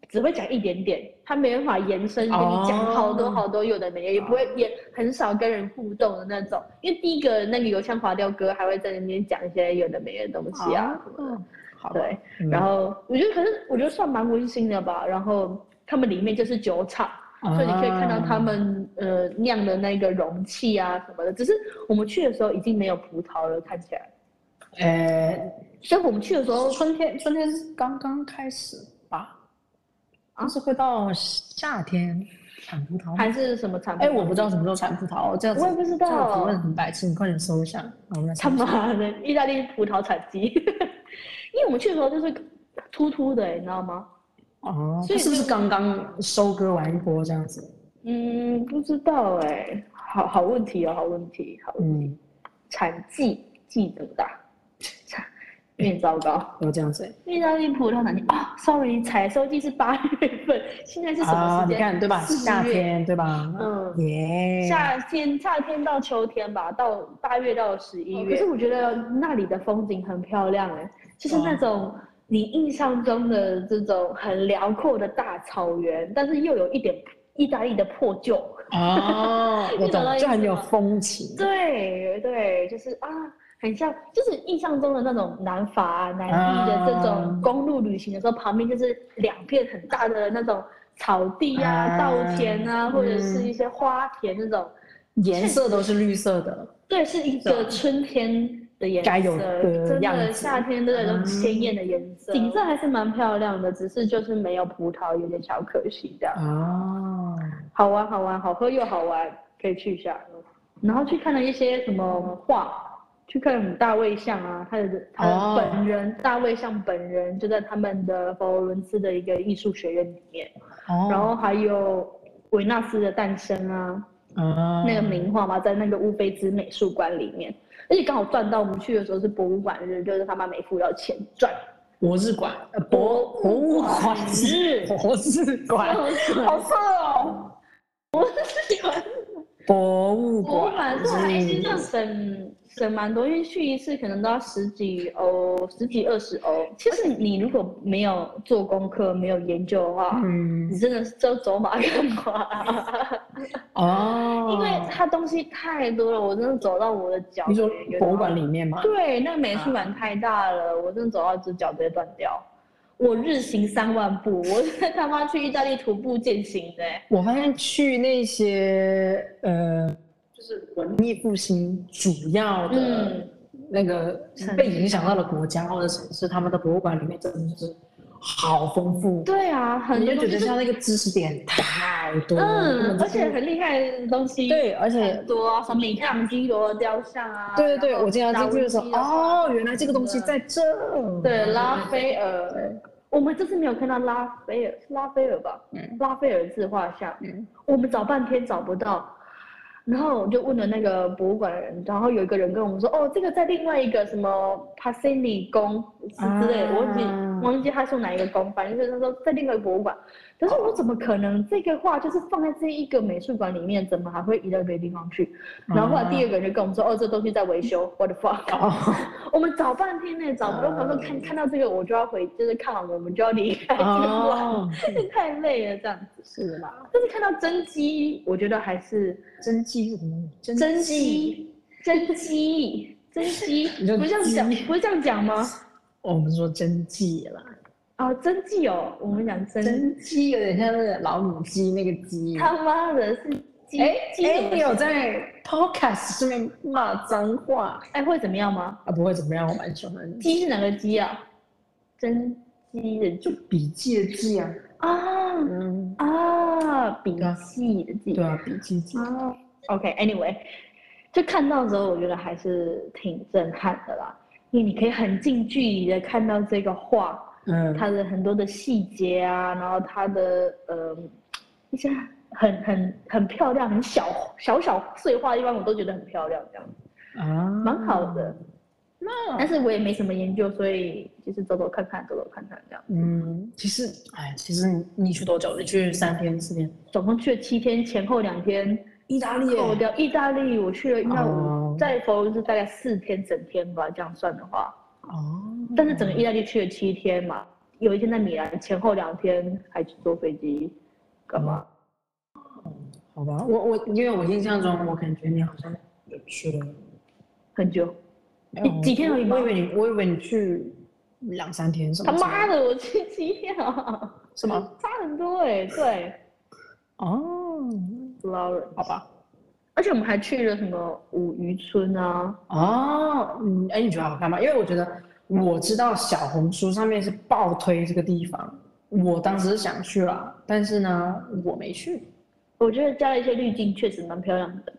Speaker 1: 只会讲一点点，她没办法延伸跟你讲好多好多有的没的，也不会也很少跟人互动的那种。因为第一个那个邮箱划掉哥还会在那边讲一些有的没的东西啊什么的，
Speaker 2: 嗯，好吧。
Speaker 1: 对。
Speaker 2: 嗯
Speaker 1: 然后我觉得，可是我觉得算蛮温馨的吧。然后他们里面就是酒厂，
Speaker 2: 啊
Speaker 1: 所以你可以看
Speaker 2: 嗯
Speaker 1: 到他们呃酿的那个容器啊什么的。只是我们去的时候已经没有葡萄了，看起来。
Speaker 2: 呃，
Speaker 1: 所以我们去的时候，
Speaker 2: 春天春天是刚刚开始吧，
Speaker 1: 啊
Speaker 2: 但是会到夏天产葡萄吗。
Speaker 1: 还是什么产
Speaker 2: 哎，
Speaker 1: 品？
Speaker 2: 我不知道什么时候产葡萄，这样子
Speaker 1: 我也不知道
Speaker 2: 这个提问很白痴，你快点搜一下。然 后我们来搜
Speaker 1: 他
Speaker 2: 一下
Speaker 1: 妈的意大利葡萄产地，因为我们去的时候就是秃秃的、你知道吗？
Speaker 2: 哦，
Speaker 1: 所以
Speaker 2: 它是不
Speaker 1: 就是
Speaker 2: 刚刚收割完一波这样子？
Speaker 1: 嗯，不知道哎、好好问题哦，好问题，好问题。
Speaker 2: 嗯，
Speaker 1: 产季季怎么打？产有点糟糕。
Speaker 2: 有这样子。
Speaker 1: 意大利葡萄哪天啊？Sorry，采收季是八月份，现在是什么
Speaker 2: 啊，
Speaker 1: 时
Speaker 2: 你
Speaker 1: 间？
Speaker 2: 看对吧？
Speaker 1: 四月
Speaker 2: 夏天对吧？
Speaker 1: 嗯
Speaker 2: 耶。
Speaker 1: 夏天，夏天到秋天吧，到八月到十一哦月、可是我觉得那里的风景很漂亮哎、就是那种你印象中的这种很辽阔的大草原，但是又有一点意大利的破旧。
Speaker 2: 哦，我
Speaker 1: 你懂那
Speaker 2: 懂，
Speaker 1: 意
Speaker 2: 就很
Speaker 1: 思
Speaker 2: 有
Speaker 1: 吗
Speaker 2: 风情。
Speaker 1: 对对，就是啊，很像，就是印象中的那种南法、南意的这
Speaker 2: 啊
Speaker 1: 种公路旅行的时候，旁边就是两片很大的那种草地啊、
Speaker 2: 啊
Speaker 1: 稻田啊，或者是
Speaker 2: 嗯
Speaker 1: 一些花田那种。
Speaker 2: 颜色都是绿色的，
Speaker 1: 对，是一
Speaker 2: 是
Speaker 1: 个
Speaker 2: 吧
Speaker 1: 春天的颜色，
Speaker 2: 该有的
Speaker 1: 真
Speaker 2: 样
Speaker 1: 的
Speaker 2: 子
Speaker 1: 夏天的那种
Speaker 2: 嗯
Speaker 1: 鲜艳的颜色，景色还是蛮漂亮的，只是就是没有葡萄，有点小可惜这样。
Speaker 2: 哦，
Speaker 1: 好玩，好玩，好喝又好玩，可以去一下。然后去看了一些什么画，去看大卫像啊，他的他的
Speaker 2: 哦
Speaker 1: 本人、大卫像本人就在他们的佛罗伦斯的一个艺术学院里面，
Speaker 2: 哦
Speaker 1: 然后还有维纳斯的诞生啊，
Speaker 2: 啊
Speaker 1: 那个名画嘛，在那个乌菲兹美术馆里面，而且刚好赚到我们去的时候是博物馆日，就是他妈每幅要钱赚，
Speaker 2: 博物馆，呃博博物馆
Speaker 1: 日
Speaker 2: 博物馆，
Speaker 1: 好
Speaker 2: 好色哦，
Speaker 1: 喜欢
Speaker 2: 博物
Speaker 1: 博物馆
Speaker 2: 馆
Speaker 1: 是还是就
Speaker 2: 日，
Speaker 1: 省省蛮多，因为去一次可能都要十几欧、十几二十欧。其实你如果没有做功课、没有研究的话，
Speaker 2: 嗯
Speaker 1: 你真的是就走马看花，
Speaker 2: 哦，
Speaker 1: 因为它东西太多了，我真的走到我的脚。
Speaker 2: 你说博物馆里？面嘛，
Speaker 1: 对，那美
Speaker 2: 嗯
Speaker 1: 术馆太大了，我真的走到只脚直接断掉。我日行三万步，我 是他妈去意大利徒步践行的欸、
Speaker 2: 我发现去那些呃，就是文艺复兴主要的
Speaker 1: 嗯
Speaker 2: 那个被影响到的国家或者城市，他们的博物馆里面真的就是好丰富，
Speaker 1: 对啊，很
Speaker 2: 你
Speaker 1: 多
Speaker 2: 就
Speaker 1: 东
Speaker 2: 觉
Speaker 1: 西
Speaker 2: 得
Speaker 1: 就
Speaker 2: 它那个知识点太多了，根本
Speaker 1: 嗯，
Speaker 2: 就
Speaker 1: 而且很厉害的东西。
Speaker 2: 对，而且
Speaker 1: 很多啊，什么米开朗基罗的雕像啊，
Speaker 2: 对对对，
Speaker 1: 然后
Speaker 2: 我经常进去的时候，
Speaker 1: 达文西啊，
Speaker 2: 哦，原来这个东西在这，
Speaker 1: 对
Speaker 2: 嗯
Speaker 1: 拉斐尔，我们这次没有看到拉斐尔，是拉斐尔吧？
Speaker 2: 嗯
Speaker 1: 拉斐尔自画像，
Speaker 2: 嗯
Speaker 1: 我们找半天找不到。然后我就问了那个博物馆的人，然后有一个人跟我们说，哦，这个在另外一个什么帕西尼宫之之类的，
Speaker 2: 啊
Speaker 1: 我忘记忘记他说哪一个宫，反正就是他说在另外一个博物馆。可是我说怎么可能？这个画就是放在这一个美术馆里面，怎么还会移到别的地方去？然后
Speaker 2: 啊
Speaker 1: 后来第二个人就跟我们说，哦，这东西在维修，what the fuck？
Speaker 2: 哦，
Speaker 1: 我们找半天呢，找不到，
Speaker 2: 嗯
Speaker 1: 他说看看到这个我就要回，就是看完我们就要离开这个馆，
Speaker 2: 哦，
Speaker 1: 太累了这样子。
Speaker 2: 是的啦，
Speaker 1: 但是看到真机，我觉得还是
Speaker 2: 真迹是什么？
Speaker 1: 真，机，真机，真机
Speaker 2: 你，说
Speaker 1: 不是这样讲，
Speaker 2: 鸡
Speaker 1: 不是这样讲吗？
Speaker 2: 哦我们说真迹啦，
Speaker 1: 哦，真迹哦，我们讲真，
Speaker 2: 真鸡有点像那个老母鸡那个鸡。
Speaker 1: 他妈的是鸡，
Speaker 2: 哎
Speaker 1: 鸡怎
Speaker 2: 哎，
Speaker 1: 么
Speaker 2: 你有在 podcast 上面骂脏话
Speaker 1: 哎会怎么样吗？
Speaker 2: 啊？不会怎么样，我蛮喜欢。
Speaker 1: 鸡是哪个鸡啊？真鸡的
Speaker 2: 就
Speaker 1: 鸡
Speaker 2: 笔记的记啊，
Speaker 1: 啊
Speaker 2: 嗯，
Speaker 1: 啊，笔
Speaker 2: 对啊
Speaker 1: 记的记
Speaker 2: 对。啊，笔记记。
Speaker 1: 哦，OK，Anyway，、就看到的时候，我觉得还是挺震撼的啦，因为你可以很近距离的看到这个画，
Speaker 2: 嗯，
Speaker 1: 它的很多的细节啊，然后它的呃一些很很很漂亮、很小小小碎花的地方，我都觉得很漂亮，这样
Speaker 2: 啊，
Speaker 1: 蛮好的。
Speaker 2: 那
Speaker 1: 但是我也没什么研究，所以就是走走看看，走走看看这样。
Speaker 2: 嗯，其实，哎，其实你你去多久？你去三天四天？
Speaker 1: 总共去了七天，前后两天，
Speaker 2: 意大利耶
Speaker 1: 扣掉意大利，我去了应该五、
Speaker 2: 哦
Speaker 1: 在佛罗伦斯大概四天整天吧，这样算的话，
Speaker 2: 哦，
Speaker 1: 但是整个意大利去了七天嘛，有一天在米兰，前后两天还去坐飞机，干嘛？
Speaker 2: 好吧，我我因为我印象中，我感觉你好像有去了
Speaker 1: 很久，
Speaker 2: 哎
Speaker 1: 你几天而已吧
Speaker 2: 我以为你，我以为你去两三天什
Speaker 1: 他
Speaker 2: 么之类？
Speaker 1: 妈的，我去机票，
Speaker 2: 是吗？
Speaker 1: 差很多哎、对
Speaker 2: 哦，
Speaker 1: ，Lauren，
Speaker 2: 好吧，
Speaker 1: 而且我们还去了什么五渔村啊，
Speaker 2: 哦，嗯，哎，你觉得好看吗？因为我觉得我知道小红书上面是爆推这个地方，我当时是想去了，但是呢，我没去，
Speaker 1: 我觉得加了一些滤镜，确实蛮漂亮的，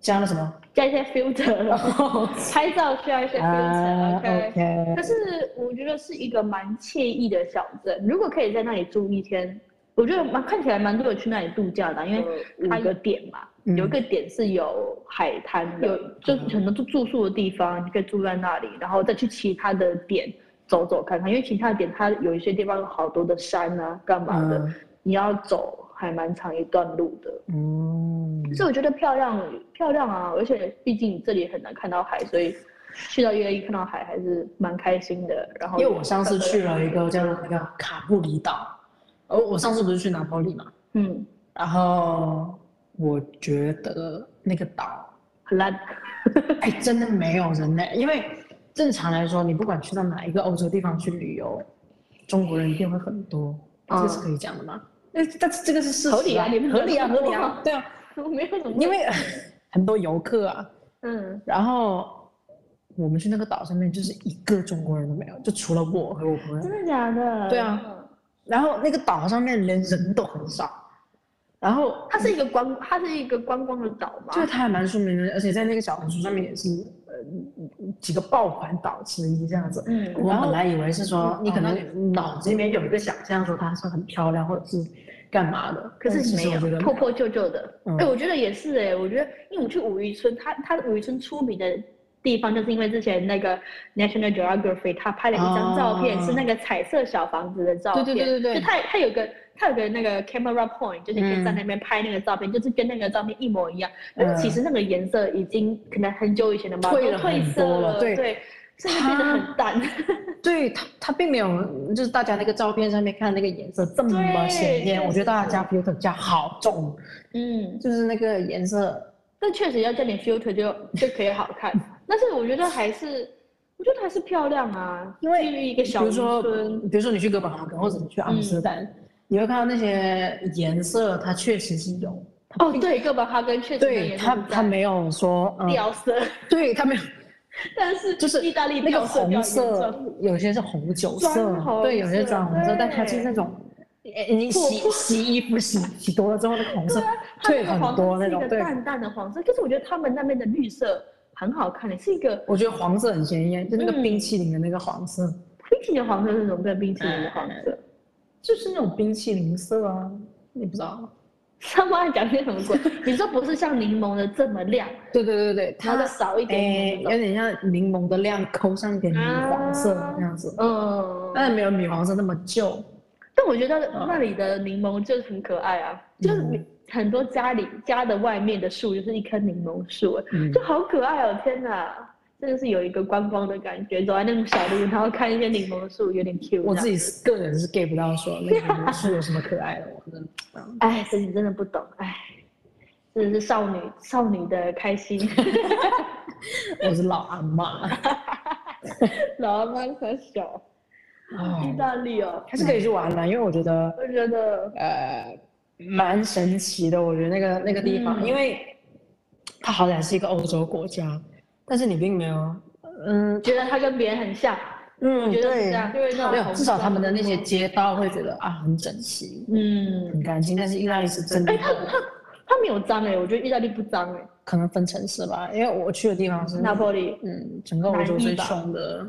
Speaker 2: 加了 什么？啊
Speaker 1: 加一些 filter，拍 照需要一些 filter，OK、
Speaker 2: OK，
Speaker 1: 可是我觉得是一个蛮惬意的小镇，如果可以在那里住一天，我觉得蛮看起来蛮多人去那里度假的啊，因为它有个点嘛，
Speaker 2: 嗯
Speaker 1: 有一个点是有海滩的，有就是很多住住宿的地方，你可以住在那里，然后再去其他的点走走看看，因为其他的点它有一些地方有好多的山啊，干嘛的，
Speaker 2: 嗯
Speaker 1: 你要走还蛮长一段路的。
Speaker 2: 嗯
Speaker 1: 可是我觉得漂亮漂亮啊，而且毕竟这里很难看到海，所以去到越 a 看到海还是蛮开心的。然后
Speaker 2: 因为我上次去，了一个叫做那个卡布里岛，呃，我上次不是去拿坡里嘛，
Speaker 1: 嗯，
Speaker 2: 然后我觉得那个岛，
Speaker 1: 很烂，
Speaker 2: 哎，真的没有人类，因为正常来说，你不管去到哪一个欧洲地方去旅游，中国人一定会很多，这个是可以讲的吗？那但是这个是事实、啊，
Speaker 1: 合理啊你们
Speaker 2: 合理啊，
Speaker 1: 这么
Speaker 2: 合
Speaker 1: 说
Speaker 2: 理啊，对啊，
Speaker 1: 我没有什么，
Speaker 2: 因为很多游客啊，
Speaker 1: 嗯，
Speaker 2: 然后我们去那个岛上面就是一个中国人都没有，就除了我和我朋友
Speaker 1: 真，的假的？
Speaker 2: 对啊
Speaker 1: 嗯，
Speaker 2: 然后那个岛上面连人都很少，然后
Speaker 1: 它是一个观，它是一个观光的岛嘛，
Speaker 2: 就是它还蛮出名的，而且在那个小红书上面也是呃几个爆款岛之一这样子。
Speaker 1: 嗯
Speaker 2: 我本来以为是说你可
Speaker 1: 哦
Speaker 2: 能脑子里面有一个想象说它是很漂亮或者是干嘛的，
Speaker 1: 可
Speaker 2: 但
Speaker 1: 是
Speaker 2: 其实
Speaker 1: 没
Speaker 2: 我觉
Speaker 1: 有
Speaker 2: 得
Speaker 1: 破破旧旧的。哎、
Speaker 2: 嗯
Speaker 1: 我觉得也是哎、我觉得因为我去五渔村，它它五渔村出名的地方，就是因为之前那个 National Geography 他拍了一张照片，
Speaker 2: 哦
Speaker 1: 是那个彩色小房子的照片。
Speaker 2: 对对对对
Speaker 1: 就
Speaker 2: 对
Speaker 1: 它它有个它有个那个 camera point，就是你可以在
Speaker 2: 嗯
Speaker 1: 那边拍那个照片，就是跟那个照片一模一样。
Speaker 2: 嗯
Speaker 1: 但是其实那个颜色已经可能很久以前的吧，
Speaker 2: 退
Speaker 1: 都
Speaker 2: 了
Speaker 1: 褪
Speaker 2: 很
Speaker 1: 色
Speaker 2: 多了对啊
Speaker 1: 对，甚至变得很淡。
Speaker 2: 对它它并没有就是大家那个照片上面看那个颜色这么
Speaker 1: 对
Speaker 2: 显艳，我觉得大家 filter 加好重，
Speaker 1: 嗯，
Speaker 2: 就是那个颜色
Speaker 1: 但确实要加点 filter 就就可以好看。但是我觉得还是，我觉得还是漂亮啊，
Speaker 2: 因为
Speaker 1: 基于一个
Speaker 2: 比
Speaker 1: 小
Speaker 2: 如
Speaker 1: 渔
Speaker 2: 说，嗯
Speaker 1: 村，嗯
Speaker 2: 比如说你去哥本哈根或者你去阿姆斯特丹，你会看到那些颜色，它确实是有，
Speaker 1: 哦，对，哥本哈根确实
Speaker 2: 对它它没有说，嗯，
Speaker 1: 掉色，
Speaker 2: 对它没有
Speaker 1: 但是
Speaker 2: 就是
Speaker 1: 意大利
Speaker 2: 那
Speaker 1: 掉
Speaker 2: 个
Speaker 1: 色比较
Speaker 2: 红
Speaker 1: 严
Speaker 2: 色
Speaker 1: 重，
Speaker 2: 有些是红酒色
Speaker 1: 砖，红
Speaker 2: 对，有些
Speaker 1: 色
Speaker 2: 砖红色，
Speaker 1: 对
Speaker 2: 但它就是那种。哎你洗
Speaker 1: 破破啊
Speaker 2: 洗衣服洗洗多了之后，那个红色
Speaker 1: 它那
Speaker 2: 退
Speaker 1: 个
Speaker 2: 很
Speaker 1: 黄
Speaker 2: 多
Speaker 1: 色
Speaker 2: 那
Speaker 1: 是一
Speaker 2: 种。
Speaker 1: 个
Speaker 2: 对，
Speaker 1: 淡淡的黄色，就是我觉得他们那边的绿色很好看的，是一个
Speaker 2: 我觉得黄色很鲜艳，就那个
Speaker 1: 嗯
Speaker 2: 冰淇淋的那个黄色，
Speaker 1: 冰淇淋的黄色是什么跟冰淇淋的黄
Speaker 2: 嗯
Speaker 1: 色？
Speaker 2: 就是那种冰淇淋色啊，你不知道吗？
Speaker 1: 他妈讲些什么鬼？你说不是像柠檬的这么亮，
Speaker 2: 对对对对，
Speaker 1: 然
Speaker 2: 它
Speaker 1: 后再少一
Speaker 2: 哎
Speaker 1: 点，
Speaker 2: 有点像柠檬的量扣上一点米黄色
Speaker 1: 啊
Speaker 2: 那样子，
Speaker 1: 嗯，
Speaker 2: 但是没有米黄色那么旧。
Speaker 1: 但我觉得
Speaker 2: 嗯
Speaker 1: 那里的柠檬就是很可爱啊，就是你很多家里家的外面的树就是一棵柠檬树，
Speaker 2: 嗯
Speaker 1: 就好可爱哦！天哪，真的是有一个观光的感觉，走在那种小路，然后看一些柠檬树，有点 cute 这样。
Speaker 2: 我自己是个人是 get 不到说那个是有什么可爱的，我真的不知道。
Speaker 1: 哎，这你真的不懂哎，真的是少女少女的开 心，
Speaker 2: 我是老阿妈，
Speaker 1: 老妈很小，意
Speaker 2: 哎
Speaker 1: 大利哦，
Speaker 2: 还是可以去玩的，因为我觉得
Speaker 1: 我觉得
Speaker 2: 呃蛮神奇的，我觉得那个那个地方，
Speaker 1: 嗯
Speaker 2: 因为它好歹是一个欧洲国家，但是你并没有，嗯
Speaker 1: 觉得它跟别人很像，
Speaker 2: 嗯，
Speaker 1: 我觉得是
Speaker 2: 对
Speaker 1: 这样，因为那种
Speaker 2: 啊没有，
Speaker 1: 红
Speaker 2: 至少他们的那些
Speaker 1: 砖
Speaker 2: 街道会觉得啊很整齐，
Speaker 1: 嗯，
Speaker 2: 很干净，但是意大利是 真的
Speaker 1: 哎，，它它它没有脏哎，我觉得意大利不脏哎。
Speaker 2: 可能分城市吧，因为我去的地方是
Speaker 1: 拿破里
Speaker 2: 嗯，整个欧洲最凶的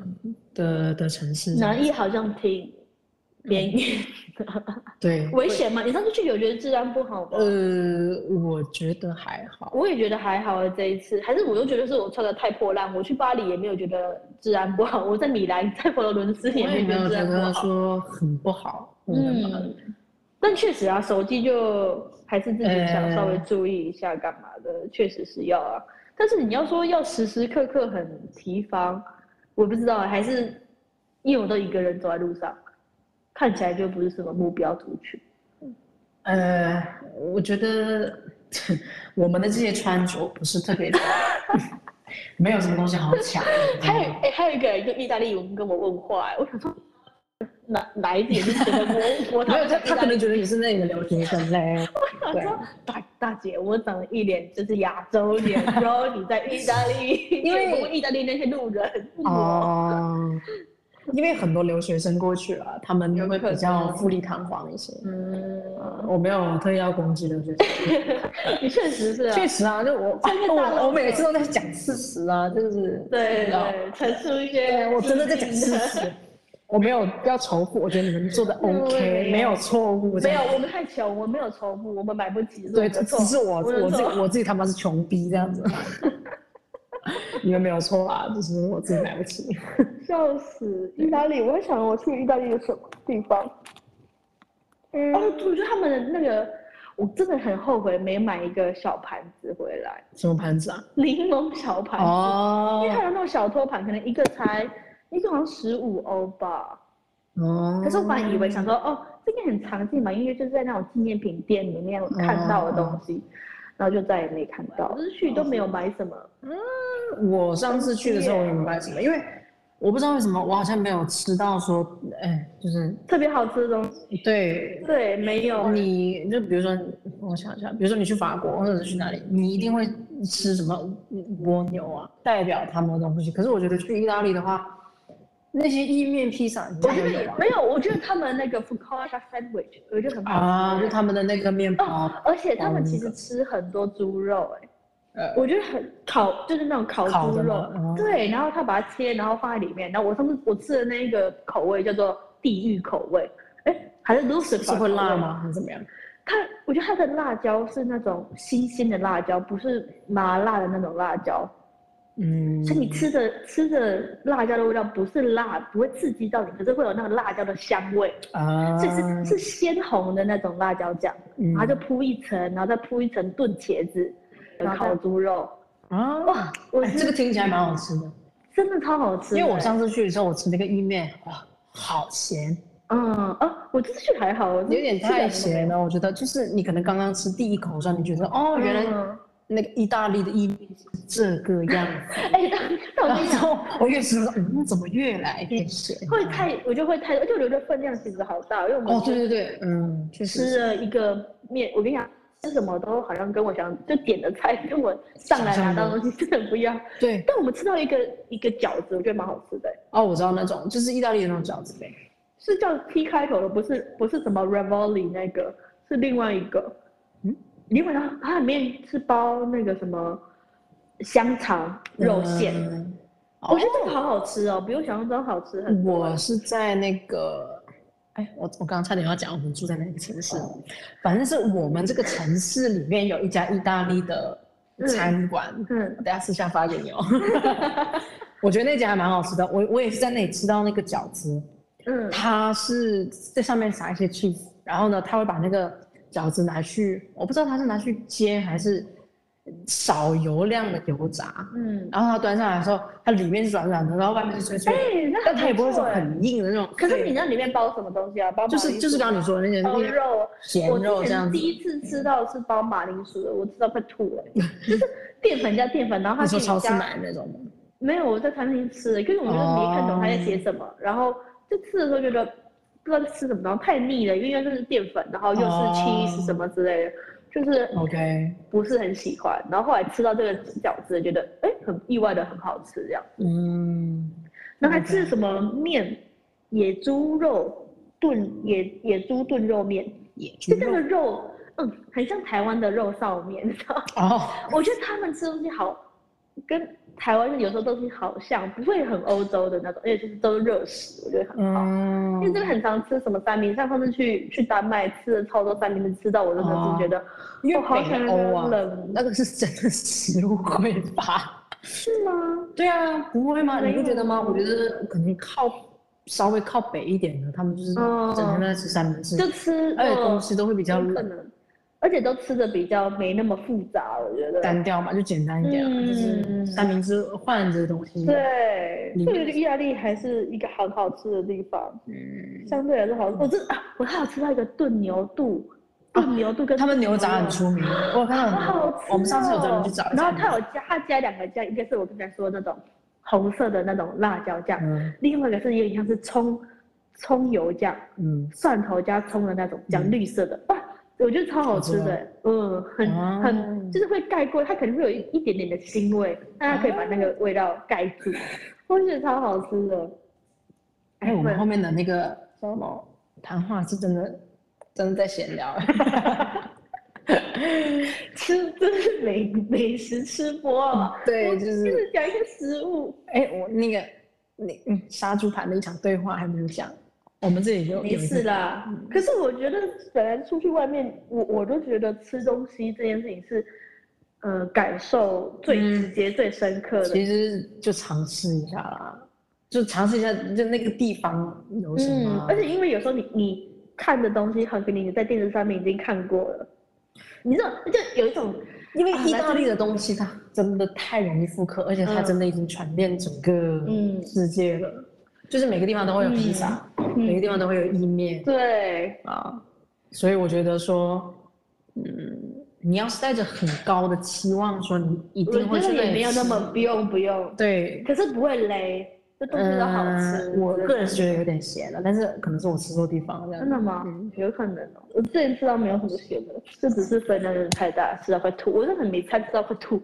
Speaker 2: 的的城市，
Speaker 1: 南艺好像挺
Speaker 2: 嗯
Speaker 1: 边缘、
Speaker 2: 对，
Speaker 1: 危险吗？你上次去有觉得治安不好吗？
Speaker 2: 呃，我觉得还好，
Speaker 1: 我也觉得还好啊，这一次还是我又觉得是我穿的太破烂。我去巴黎也没有觉得治安不好，我在米兰、在佛罗伦斯
Speaker 2: 我
Speaker 1: 也
Speaker 2: 也
Speaker 1: 没
Speaker 2: 没
Speaker 1: 有觉
Speaker 2: 有觉
Speaker 1: 得治安
Speaker 2: 得
Speaker 1: 不好。
Speaker 2: 说很不好，我的妈
Speaker 1: 嗯，但确实啊，手机就还是自己想
Speaker 2: 呃
Speaker 1: 稍微注意一下干嘛的，确实是要啊。但是你要说要时时刻刻很提防，我不知道，啊还是因为我都一个人走在路上，看起来就不是什么目标族群。
Speaker 2: 呃，我觉得我们的这些穿着不是特 别的，没有什么东西好抢的。嗯
Speaker 1: 还有，哎、还有一个人就意大利文跟我问话、哎我想说哪哪一点是觉得我我
Speaker 2: 没有
Speaker 1: 他
Speaker 2: 他，他可能觉得你是那里的留学生 嘞。
Speaker 1: 想
Speaker 2: 对
Speaker 1: 说大大姐，我长得一脸就是亚洲脸，然后你在意大利，
Speaker 2: 因 为
Speaker 1: 我问意大利那些路人，问我
Speaker 2: 哦，因为很多留学生过去了，他们
Speaker 1: 有
Speaker 2: 会
Speaker 1: 可
Speaker 2: 比较
Speaker 1: 能
Speaker 2: 富丽堂皇一些。
Speaker 1: 嗯，
Speaker 2: 我没有特意要攻击留学生，
Speaker 1: 你确实是、啊，
Speaker 2: 确实啊，就我
Speaker 1: 这是大陆
Speaker 2: 我我每次都在讲事实啊，就是
Speaker 1: 对
Speaker 2: 你知道
Speaker 1: 对，陈述一些
Speaker 2: 对，我真的在讲
Speaker 1: 事
Speaker 2: 事
Speaker 1: 实
Speaker 2: 实，我没有要重复，我觉得你们做的
Speaker 1: 对
Speaker 2: OK，没有错误，这
Speaker 1: 没有
Speaker 2: 样，
Speaker 1: 我们太穷，我们没有仇富，我们买不起，
Speaker 2: 对，
Speaker 1: 这
Speaker 2: 只
Speaker 1: 错，
Speaker 2: 只是我
Speaker 1: 我的
Speaker 2: 我自己
Speaker 1: 错
Speaker 2: 我自己他妈是穷逼这样子，你们没有错啊，只是我自己买不起。
Speaker 1: 笑死！意大利，我在想我去意大利有什么地方？
Speaker 3: 嗯
Speaker 1: 哦，我觉得他们的那个，我真的很后悔没买一个小盘子回来，
Speaker 2: 什么盘子啊？
Speaker 1: 柠檬小盘子，因为它
Speaker 2: 哦
Speaker 1: 有那种小托盘，可能一个才一个好像十五欧吧。
Speaker 2: 哦，
Speaker 1: 可是我本来以为想说，哦，这个很常见嘛，因为就是在那种纪念品店里
Speaker 2: 哦
Speaker 1: 面看到的东西，然后就再也没看到。就是去都没有买什么，
Speaker 2: 我上次去的时候，我也没买什么，因为我不知道为什么，我好像没有吃到说，哎，就是
Speaker 1: 特别好吃的东西。
Speaker 2: 对
Speaker 1: 对，没有。
Speaker 2: 你就比如说，我想一下，比如说你去法国或者是去哪里，你一定会吃什么蜗牛啊，代表他们的东西。可是我觉得去意大利的话，那些意面披萨，你
Speaker 1: 我
Speaker 2: 们
Speaker 1: 觉
Speaker 2: 都
Speaker 1: 得
Speaker 2: 有啊
Speaker 1: 没有，我觉得他们那个 focaccia sandwich 我觉得很好吃
Speaker 2: 啊，就他们的那个面包
Speaker 1: 哦，，而且他们其
Speaker 2: 那
Speaker 1: 实
Speaker 2: 个
Speaker 1: 吃很多猪肉、哎，
Speaker 2: 呃，
Speaker 1: 我觉得很烤，就是那种烤
Speaker 2: 烤
Speaker 1: 猪
Speaker 2: 的
Speaker 1: 肉
Speaker 2: 吗，哦
Speaker 1: 对，然后他把它切，然后放在里面，然后我上次我吃的那一个口味叫做地狱口味，哎、还是 Lucifer
Speaker 2: 是
Speaker 1: 口
Speaker 2: 会辣
Speaker 1: 味？
Speaker 2: 吗？还是怎么样？
Speaker 1: 它，我觉得它的辣椒是那种新鲜的辣椒，不是麻辣的那种辣椒，
Speaker 2: 嗯，
Speaker 1: 所以你吃的吃的辣椒的味道不是辣，不会刺激到你，可是会有那个辣椒的香味，
Speaker 2: 啊，
Speaker 1: 所以是是鲜红的那种辣椒酱。
Speaker 2: 嗯
Speaker 1: 然后就铺一层，然后再铺一层炖茄子，烤猪肉，
Speaker 2: 啊，
Speaker 1: 哇，我
Speaker 2: 哎这个听起来蛮好吃的。
Speaker 1: 真的超好吃的。
Speaker 2: 因为我上次去的时候，我吃那个意面，哇，好咸，
Speaker 1: 嗯哦，我这次去还好，我
Speaker 2: 有点太咸了。我觉得就是你可能刚刚吃第一口的时候，你觉得哦，
Speaker 1: 哦
Speaker 2: 原来
Speaker 1: 来
Speaker 2: 那个意大利的意面是这个样子。
Speaker 1: 哎，但 但我跟
Speaker 2: 然
Speaker 1: 你讲，
Speaker 2: 后我越吃，我说嗯，怎么越来越咸？
Speaker 1: 会太，我觉得会太，而且我觉得分量其实好大，因为我们
Speaker 2: 哦，对对对，嗯，确实
Speaker 1: 吃啊
Speaker 2: 是。
Speaker 1: 了一个面，我跟你讲。吃什么都好像跟我想就点的菜跟我上来拿到的东西真的不一样，
Speaker 2: 对，
Speaker 1: 但我们吃到一个一个饺子，我觉得蛮好吃的、
Speaker 2: 哦，我知道那种，就是意大利的那种饺子呗。
Speaker 1: 是叫 T 开头的，不是不是什么 Revoli 那个，是另外一个。
Speaker 2: 嗯，
Speaker 1: 因为它它里面是包那个什么香肠肉馅，
Speaker 2: 嗯哦
Speaker 1: 我觉得这个好好吃哦，比我想象中好吃很多。
Speaker 2: 我是在那个，哎，我我刚刚差点要讲我们住在哪个城市，
Speaker 1: 哦
Speaker 2: 反正是我们这个城市里面有一家意大利的餐馆，
Speaker 1: 嗯，
Speaker 2: 大家私下发给你哦。 我觉得那家还蛮好吃的，我我也是在那里吃到那个饺子，
Speaker 1: 嗯
Speaker 2: 它是在上面撒一些 cheese，然后呢，他会把那个饺子拿去，我不知道他是拿去煎还是少油量的油炸，
Speaker 1: 嗯，
Speaker 2: 然后它端上来的时候，它里面是软软的，然后外面是脆脆
Speaker 1: 哎、
Speaker 2: 的。
Speaker 1: 那
Speaker 2: 但
Speaker 1: 很
Speaker 2: 它也不会
Speaker 1: 错
Speaker 2: 说
Speaker 1: 哎。
Speaker 2: 很硬的那种。
Speaker 1: 可是你那里面包什么东西啊？包
Speaker 2: 就是就是刚刚你
Speaker 1: 说
Speaker 2: 说的那
Speaker 1: 包
Speaker 2: 个
Speaker 1: 肉，哦
Speaker 2: 咸
Speaker 1: 我
Speaker 2: 肉
Speaker 1: 之
Speaker 2: 这样
Speaker 1: 前
Speaker 2: 子
Speaker 1: 第，一次吃到是包马铃薯的，我吃到快吐了，欸 就是淀粉加淀粉，然后它
Speaker 2: 你说
Speaker 1: 自己
Speaker 2: 超市
Speaker 1: 加
Speaker 2: 买的那种吗？
Speaker 1: 没有，我在餐厅吃的，因为我们就是没看懂他在写什
Speaker 2: 哦
Speaker 1: 么，然后就吃的时候觉得不知道在吃什么，然后太腻了，因为又是淀粉，然后又是
Speaker 2: 哦
Speaker 1: cheese 什么之类的，就是
Speaker 2: ？OK，
Speaker 1: 不是很喜欢。然后后来吃到这个饺子，觉得哎、很意外的很好吃这样。
Speaker 2: 嗯，
Speaker 1: 然后还吃什么面，野猪肉炖野野猪炖肉面，
Speaker 2: 野猪
Speaker 1: 就那个
Speaker 2: 肉
Speaker 1: 肉，嗯，很像台湾的肉臊面，你知 道吗
Speaker 2: 哦，
Speaker 1: 我觉得他们吃东西好，跟台湾人有时候东西好像，不会很欧洲的那种，而且就是都是热食，我觉得很好。因为
Speaker 2: 嗯
Speaker 1: 真，的很常吃什么三明治，像上次去去丹麦吃了超多三明治，吃到我真的是觉得，
Speaker 2: 因为
Speaker 1: 哦好想
Speaker 2: 北
Speaker 1: 要
Speaker 2: 欧啊，
Speaker 1: 冷，
Speaker 2: 那个是真的食物匮 乏。
Speaker 1: 是吗？
Speaker 2: 对啊，不会吗？
Speaker 1: 没有
Speaker 2: 你不觉得吗？我觉得可能靠稍微靠北一点的，他们就是
Speaker 1: 哦
Speaker 2: 整天在吃三明治，
Speaker 1: 就吃，
Speaker 2: 而且东
Speaker 1: 呃
Speaker 2: 西都会比较
Speaker 1: 有可
Speaker 2: 冷。
Speaker 1: 能。而且都吃的比较没那么复杂，我觉得。
Speaker 2: 单调嘛，就简单一点啊，就是
Speaker 1: 嗯
Speaker 2: 三明治换这个东西。
Speaker 1: 对，
Speaker 2: 里
Speaker 1: 这
Speaker 2: 面
Speaker 1: 个意大利还是一个很好吃的地方，
Speaker 2: 嗯，哦
Speaker 1: 相对来说好吃。我这啊，我还有吃到一个炖牛肚，炖牛肚跟
Speaker 2: 他们牛杂很
Speaker 1: 猪
Speaker 2: 出名，我有看到
Speaker 1: 肉啊，
Speaker 2: 很
Speaker 1: 好好
Speaker 2: 多
Speaker 1: 吃、哦。
Speaker 2: 我们上次有专门去找一下。
Speaker 1: 然后它有加，它加两个酱，一个是我刚才说的那种红色的那种辣椒酱，
Speaker 2: 嗯
Speaker 1: 另外一个是有点像是葱葱油酱，
Speaker 2: 嗯，
Speaker 1: 蒜头加葱的那种酱，
Speaker 2: 嗯
Speaker 1: 绿色的，哇，我觉得超好吃
Speaker 2: 好吃
Speaker 1: 的，嗯，很
Speaker 2: 哦
Speaker 1: 很就是会盖过，它可能会有一一点点的腥味，但它可以把那个味道盖住， 我觉得超好吃的。
Speaker 2: 哦哎，我们
Speaker 1: 对
Speaker 2: 后面的那个叫什么谈话是真的，真的在 闲聊。
Speaker 1: 吃真是美美食吃播啊，
Speaker 2: 嗯对，就
Speaker 1: 就是是讲一个食物，
Speaker 2: 哎、我那个那嗯杀猪盘的一场对话还没有讲，我们这里就有
Speaker 1: 没
Speaker 2: 一
Speaker 1: 事
Speaker 2: 个嗯
Speaker 1: 啦。可是我觉得本来出去外面，我我都觉得吃东西这件事情是，呃，感受最直接、最深刻的。
Speaker 2: 嗯其实就尝试一下啦，就尝试一下，就那个地方有什么
Speaker 1: 嗯
Speaker 2: 啊、
Speaker 1: 而且因为有时候你你看的东西，很可能你在电视上面已经看过了，你知道，就有一种
Speaker 2: 因为
Speaker 1: 啊
Speaker 2: 意
Speaker 1: 来
Speaker 2: 大
Speaker 1: 自
Speaker 2: 利的东西它真的太容易复刻，而且它
Speaker 1: 嗯
Speaker 2: 真的已经传遍整个
Speaker 1: 嗯
Speaker 2: 世界了。就是每个地方都会有披萨，
Speaker 1: 嗯
Speaker 2: 每个地方都会有意面
Speaker 1: 对，
Speaker 2: 啊，所以我觉得说，嗯，你要是带着很高的期望说你一
Speaker 1: 我
Speaker 2: 定会
Speaker 1: 觉
Speaker 2: 去
Speaker 1: 得也
Speaker 2: 里
Speaker 1: 没有那
Speaker 2: 吃
Speaker 1: 么不用不用，
Speaker 2: 对，
Speaker 1: 可是不会雷，这东西都好吃。
Speaker 2: 嗯我
Speaker 1: 真的
Speaker 2: 个人是觉得有点咸了，但是可能是我吃错地方这样。
Speaker 1: 真的吗？
Speaker 2: 嗯
Speaker 1: 有可能哦、我之前吃到没有什么咸的，就只是分量有点太大，吃到快吐。我是很没餐吃到快吐，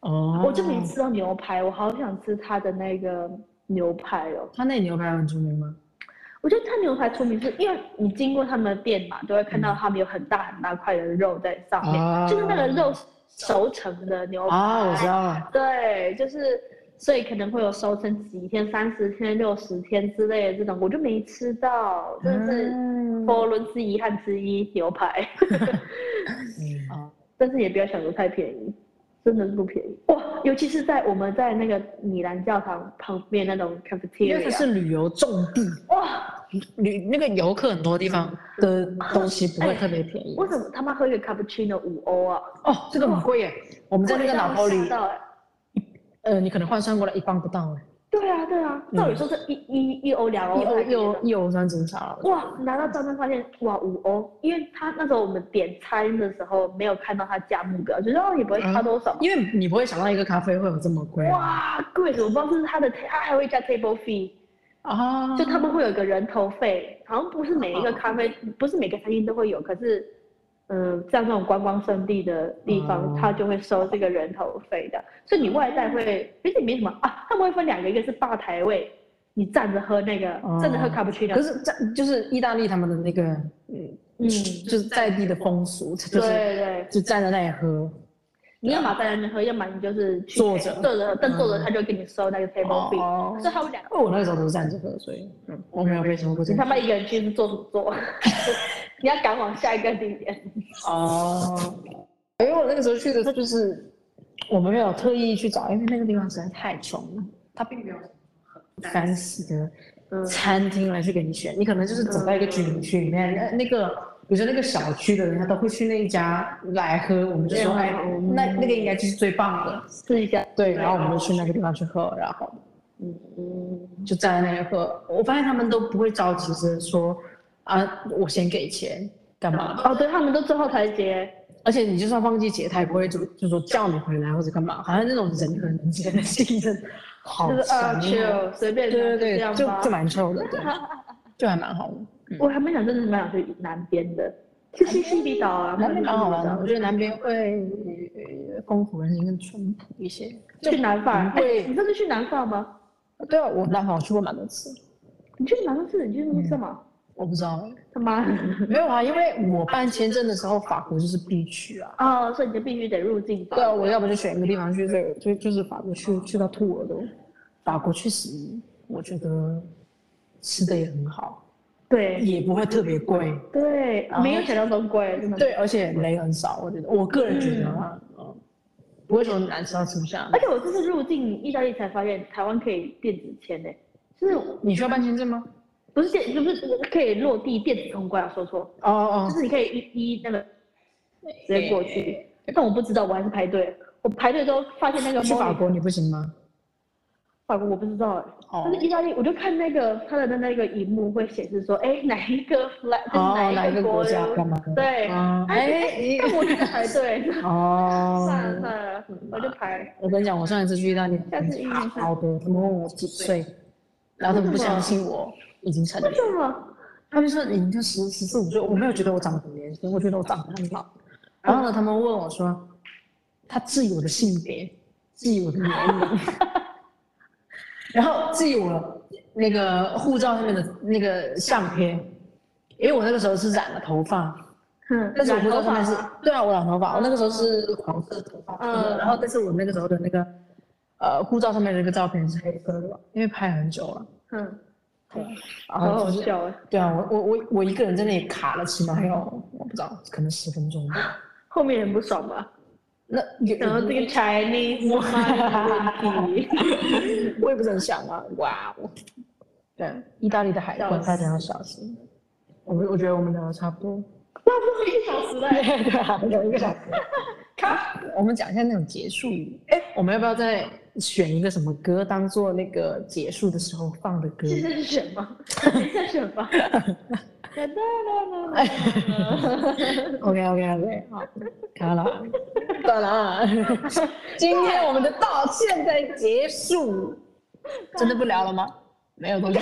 Speaker 2: 哦，
Speaker 1: 我就没。吃到牛排，我好想吃它的那个牛排哦、
Speaker 2: 他那牛排很出名吗？
Speaker 1: 我觉得它牛排出名是因为你经过他们的店嘛，都会看到他们有很大很大块的肉在上面，
Speaker 2: 嗯啊
Speaker 1: 就是那个肉熟成的牛排。
Speaker 2: 啊，我知道了。
Speaker 1: 对，就是所以可能会有熟成几天、三十天、六十天之类的这种，我就没吃到，真的是
Speaker 2: 嗯
Speaker 1: 佛罗伦斯遗憾之一，牛排。
Speaker 2: 哦
Speaker 1: 但是也不要想说太便宜，真的是不便宜哇！尤其是在我们在那个米兰教堂旁边那种
Speaker 2: 因为它
Speaker 1: cafeteria，
Speaker 2: 是旅游重地，
Speaker 1: 哇，
Speaker 2: 旅那个游客很多地方的东西不会特别便宜。
Speaker 1: 哎为什么他妈喝一个 cappuccino 五欧啊？
Speaker 2: 哦，这个很贵耶！我们在那个脑包里
Speaker 1: 吓，到欸
Speaker 2: 呃，你可能换算过来一磅不到哎，
Speaker 1: 对啊，对啊，
Speaker 2: 嗯
Speaker 1: 照理说这一一一欧两欧
Speaker 2: 一欧
Speaker 1: 才
Speaker 2: 一
Speaker 1: 有
Speaker 2: 欧一欧算正常了。
Speaker 1: 哇，拿到账单发现哇五欧，因为他那时候我们点餐的时候没有看到他价目表，就是哦也不会
Speaker 2: 嗯
Speaker 1: 差多少，
Speaker 2: 因为你不会想到一个咖啡会有这么贵啊！
Speaker 1: 哇贵的，我不知道是不是他的，他还会加 table fee，
Speaker 2: 啊
Speaker 1: 就他们会有个人头费，好像不是每一
Speaker 2: 哦
Speaker 1: 个咖啡，不是每个餐厅都会有，可是。嗯，像这种观光胜地的地方，
Speaker 2: 哦
Speaker 1: 他就会收这个人头费的，所以你外带会，其实也没什么啊。他们会分两个，一个是吧台位，你站着喝那个，
Speaker 2: 哦
Speaker 1: 站着喝卡布奇诺
Speaker 2: 可，是在就是意大利他们的那个嗯，
Speaker 1: 嗯，
Speaker 2: 就是在地的风俗，就是
Speaker 1: 对对，
Speaker 2: 就站在那里喝。
Speaker 1: 你要么在那边喝，要么你就是去
Speaker 2: 坐着
Speaker 1: 坐着喝，但坐着
Speaker 2: 嗯
Speaker 1: 他就给你收那个 table fee，
Speaker 2: 哦
Speaker 1: 所以他们两个，
Speaker 2: 因为我那个时候都是站着喝，所以嗯，我没有被什么过这
Speaker 1: 你
Speaker 2: 个
Speaker 1: 他妈一个人去是做什么做？ 你要赶往下一个地点。
Speaker 2: 哦，因为我那个时候去的，它就是我们没有特意去找，因为那个地方实在太穷了，它并没有很 fancy 的
Speaker 1: 嗯
Speaker 2: 餐厅来去给你选，你可能就是走到一个居民区里面，那那个比如说那个小区的人，他都会去那一家来喝，我们就说
Speaker 1: 嗯
Speaker 2: 哎，那那个应该就是最棒的，
Speaker 1: 试一下。
Speaker 2: 对，然后我们就去那个地方去喝，然后
Speaker 1: 嗯嗯，
Speaker 2: 就站在那里喝，我发现他们都不会着急着说啊，我先给钱干嘛的。
Speaker 1: 哦，对他们都最后才结，
Speaker 2: 而且你就算忘记结，他也不会就就说叫你回来或者干嘛，好像那种人和人之间的竞争好
Speaker 1: 就是
Speaker 2: 强
Speaker 1: 啊
Speaker 2: 哦。
Speaker 1: ，chill，随便
Speaker 2: 对
Speaker 1: 你啊就这
Speaker 2: 对对，
Speaker 1: 样
Speaker 2: 就
Speaker 1: 吧
Speaker 2: 就蛮臭的，对，就还蛮好的。
Speaker 1: 我还蛮想，真的是蛮想去南边的，去西西里岛啊，
Speaker 2: 南边蛮好玩的，我
Speaker 1: 的。
Speaker 2: 觉得南边会呃风土人情更淳朴一些。就
Speaker 1: 去南法，哎
Speaker 2: 对
Speaker 1: 你上次去南法吗？
Speaker 2: 对啊，我南法我去过蛮多次，
Speaker 1: 你去南法是，你去
Speaker 2: 嗯
Speaker 1: 那边干嘛？
Speaker 2: 我不知道，
Speaker 1: 他妈的！
Speaker 2: 没有啊，因为我办签证的时候法国就是必去啊。
Speaker 1: 哦，所以你就必须得入境法
Speaker 2: 对啊，我要不就选一个地方去，所以就就是法国去去到吐了都。法国确实，我觉得吃的也很好，
Speaker 1: 对
Speaker 2: 也不会特别贵。
Speaker 1: 对
Speaker 2: 然，后
Speaker 1: 没有想象中贵，真的。
Speaker 2: 哦对，而且雷很少，我觉得，我个人觉得啊，嗯，不会说难吃到吃不下
Speaker 1: 而。且我这次入境意大利才发现，台湾可以电子签呢、欸就是
Speaker 2: 你需要办签证吗？
Speaker 1: 不是电，不是可以落地电子通关啊，说错，
Speaker 2: 哦哦
Speaker 1: 就，是你可以一一那个直接过去。但我不知道，我还是排队。我排队之后发现那个
Speaker 2: 去法国你不行吗？
Speaker 1: 法国我不知道哎、
Speaker 2: 哦
Speaker 1: 但是意大利我就看那个它的那个荧幕会显示说，哎、哪一个 flag 就是
Speaker 2: 哦，哪一
Speaker 1: 一
Speaker 2: 个国家
Speaker 1: 的
Speaker 2: 干嘛？
Speaker 1: 对，
Speaker 2: 嗯，
Speaker 1: 哎
Speaker 2: 哎，你
Speaker 1: 但我就在排队，
Speaker 2: 哦，
Speaker 1: 算了算了，我就排。
Speaker 2: 我跟你讲，我上一次去意大利，
Speaker 1: 下次一定是
Speaker 2: 好多，他们问我几岁，然后他们不相信我已经成
Speaker 1: 为
Speaker 2: 年，
Speaker 1: 什么？
Speaker 2: 他们说已经十十四五岁，我没有觉得我长得很年轻，我觉得我长得很老。然后呢，他们问我说，他质疑我的性别，质疑我的年龄， 然后质疑我那个护照上面的那个相片，因为我那个时候是染了头发，
Speaker 1: 哼
Speaker 2: 但是我不知道他们是
Speaker 1: 染头发吗
Speaker 2: 对啊，我染头发，我那个时候是黄色头发，
Speaker 1: 嗯
Speaker 2: 然后但是我那个时候的那个呃护照上面的那个照片是黑色的，因为拍很久了。
Speaker 1: 嗯，
Speaker 2: 然
Speaker 1: 好
Speaker 2: 后
Speaker 1: 好
Speaker 2: 哦就是
Speaker 1: 笑哎。
Speaker 2: 对啊，我我我我一个人在那里卡了，起码要我不知道，可能十分钟吧。
Speaker 1: 后面人不爽吧？
Speaker 2: 那有
Speaker 1: 然后这个 Chinese 妈 问题，
Speaker 2: 我也不是很想啊，哇哦！对，意大利的海关
Speaker 1: 笑死
Speaker 2: 大家要小心。我们我觉得我们聊的差不多，
Speaker 1: 不是一小时了欸。
Speaker 2: 对啊，聊一个小时。咔，我们讲一下那种结束语。哎，我们要不要再选一个什么歌当做那个结束的时候放的歌？
Speaker 1: 现在是选吗？现在选吧。哒哒哒哒哒
Speaker 2: OK OK OK，好，卡了， 当然啊，今天我们的道歉在结束，真的不聊了吗？没有多少。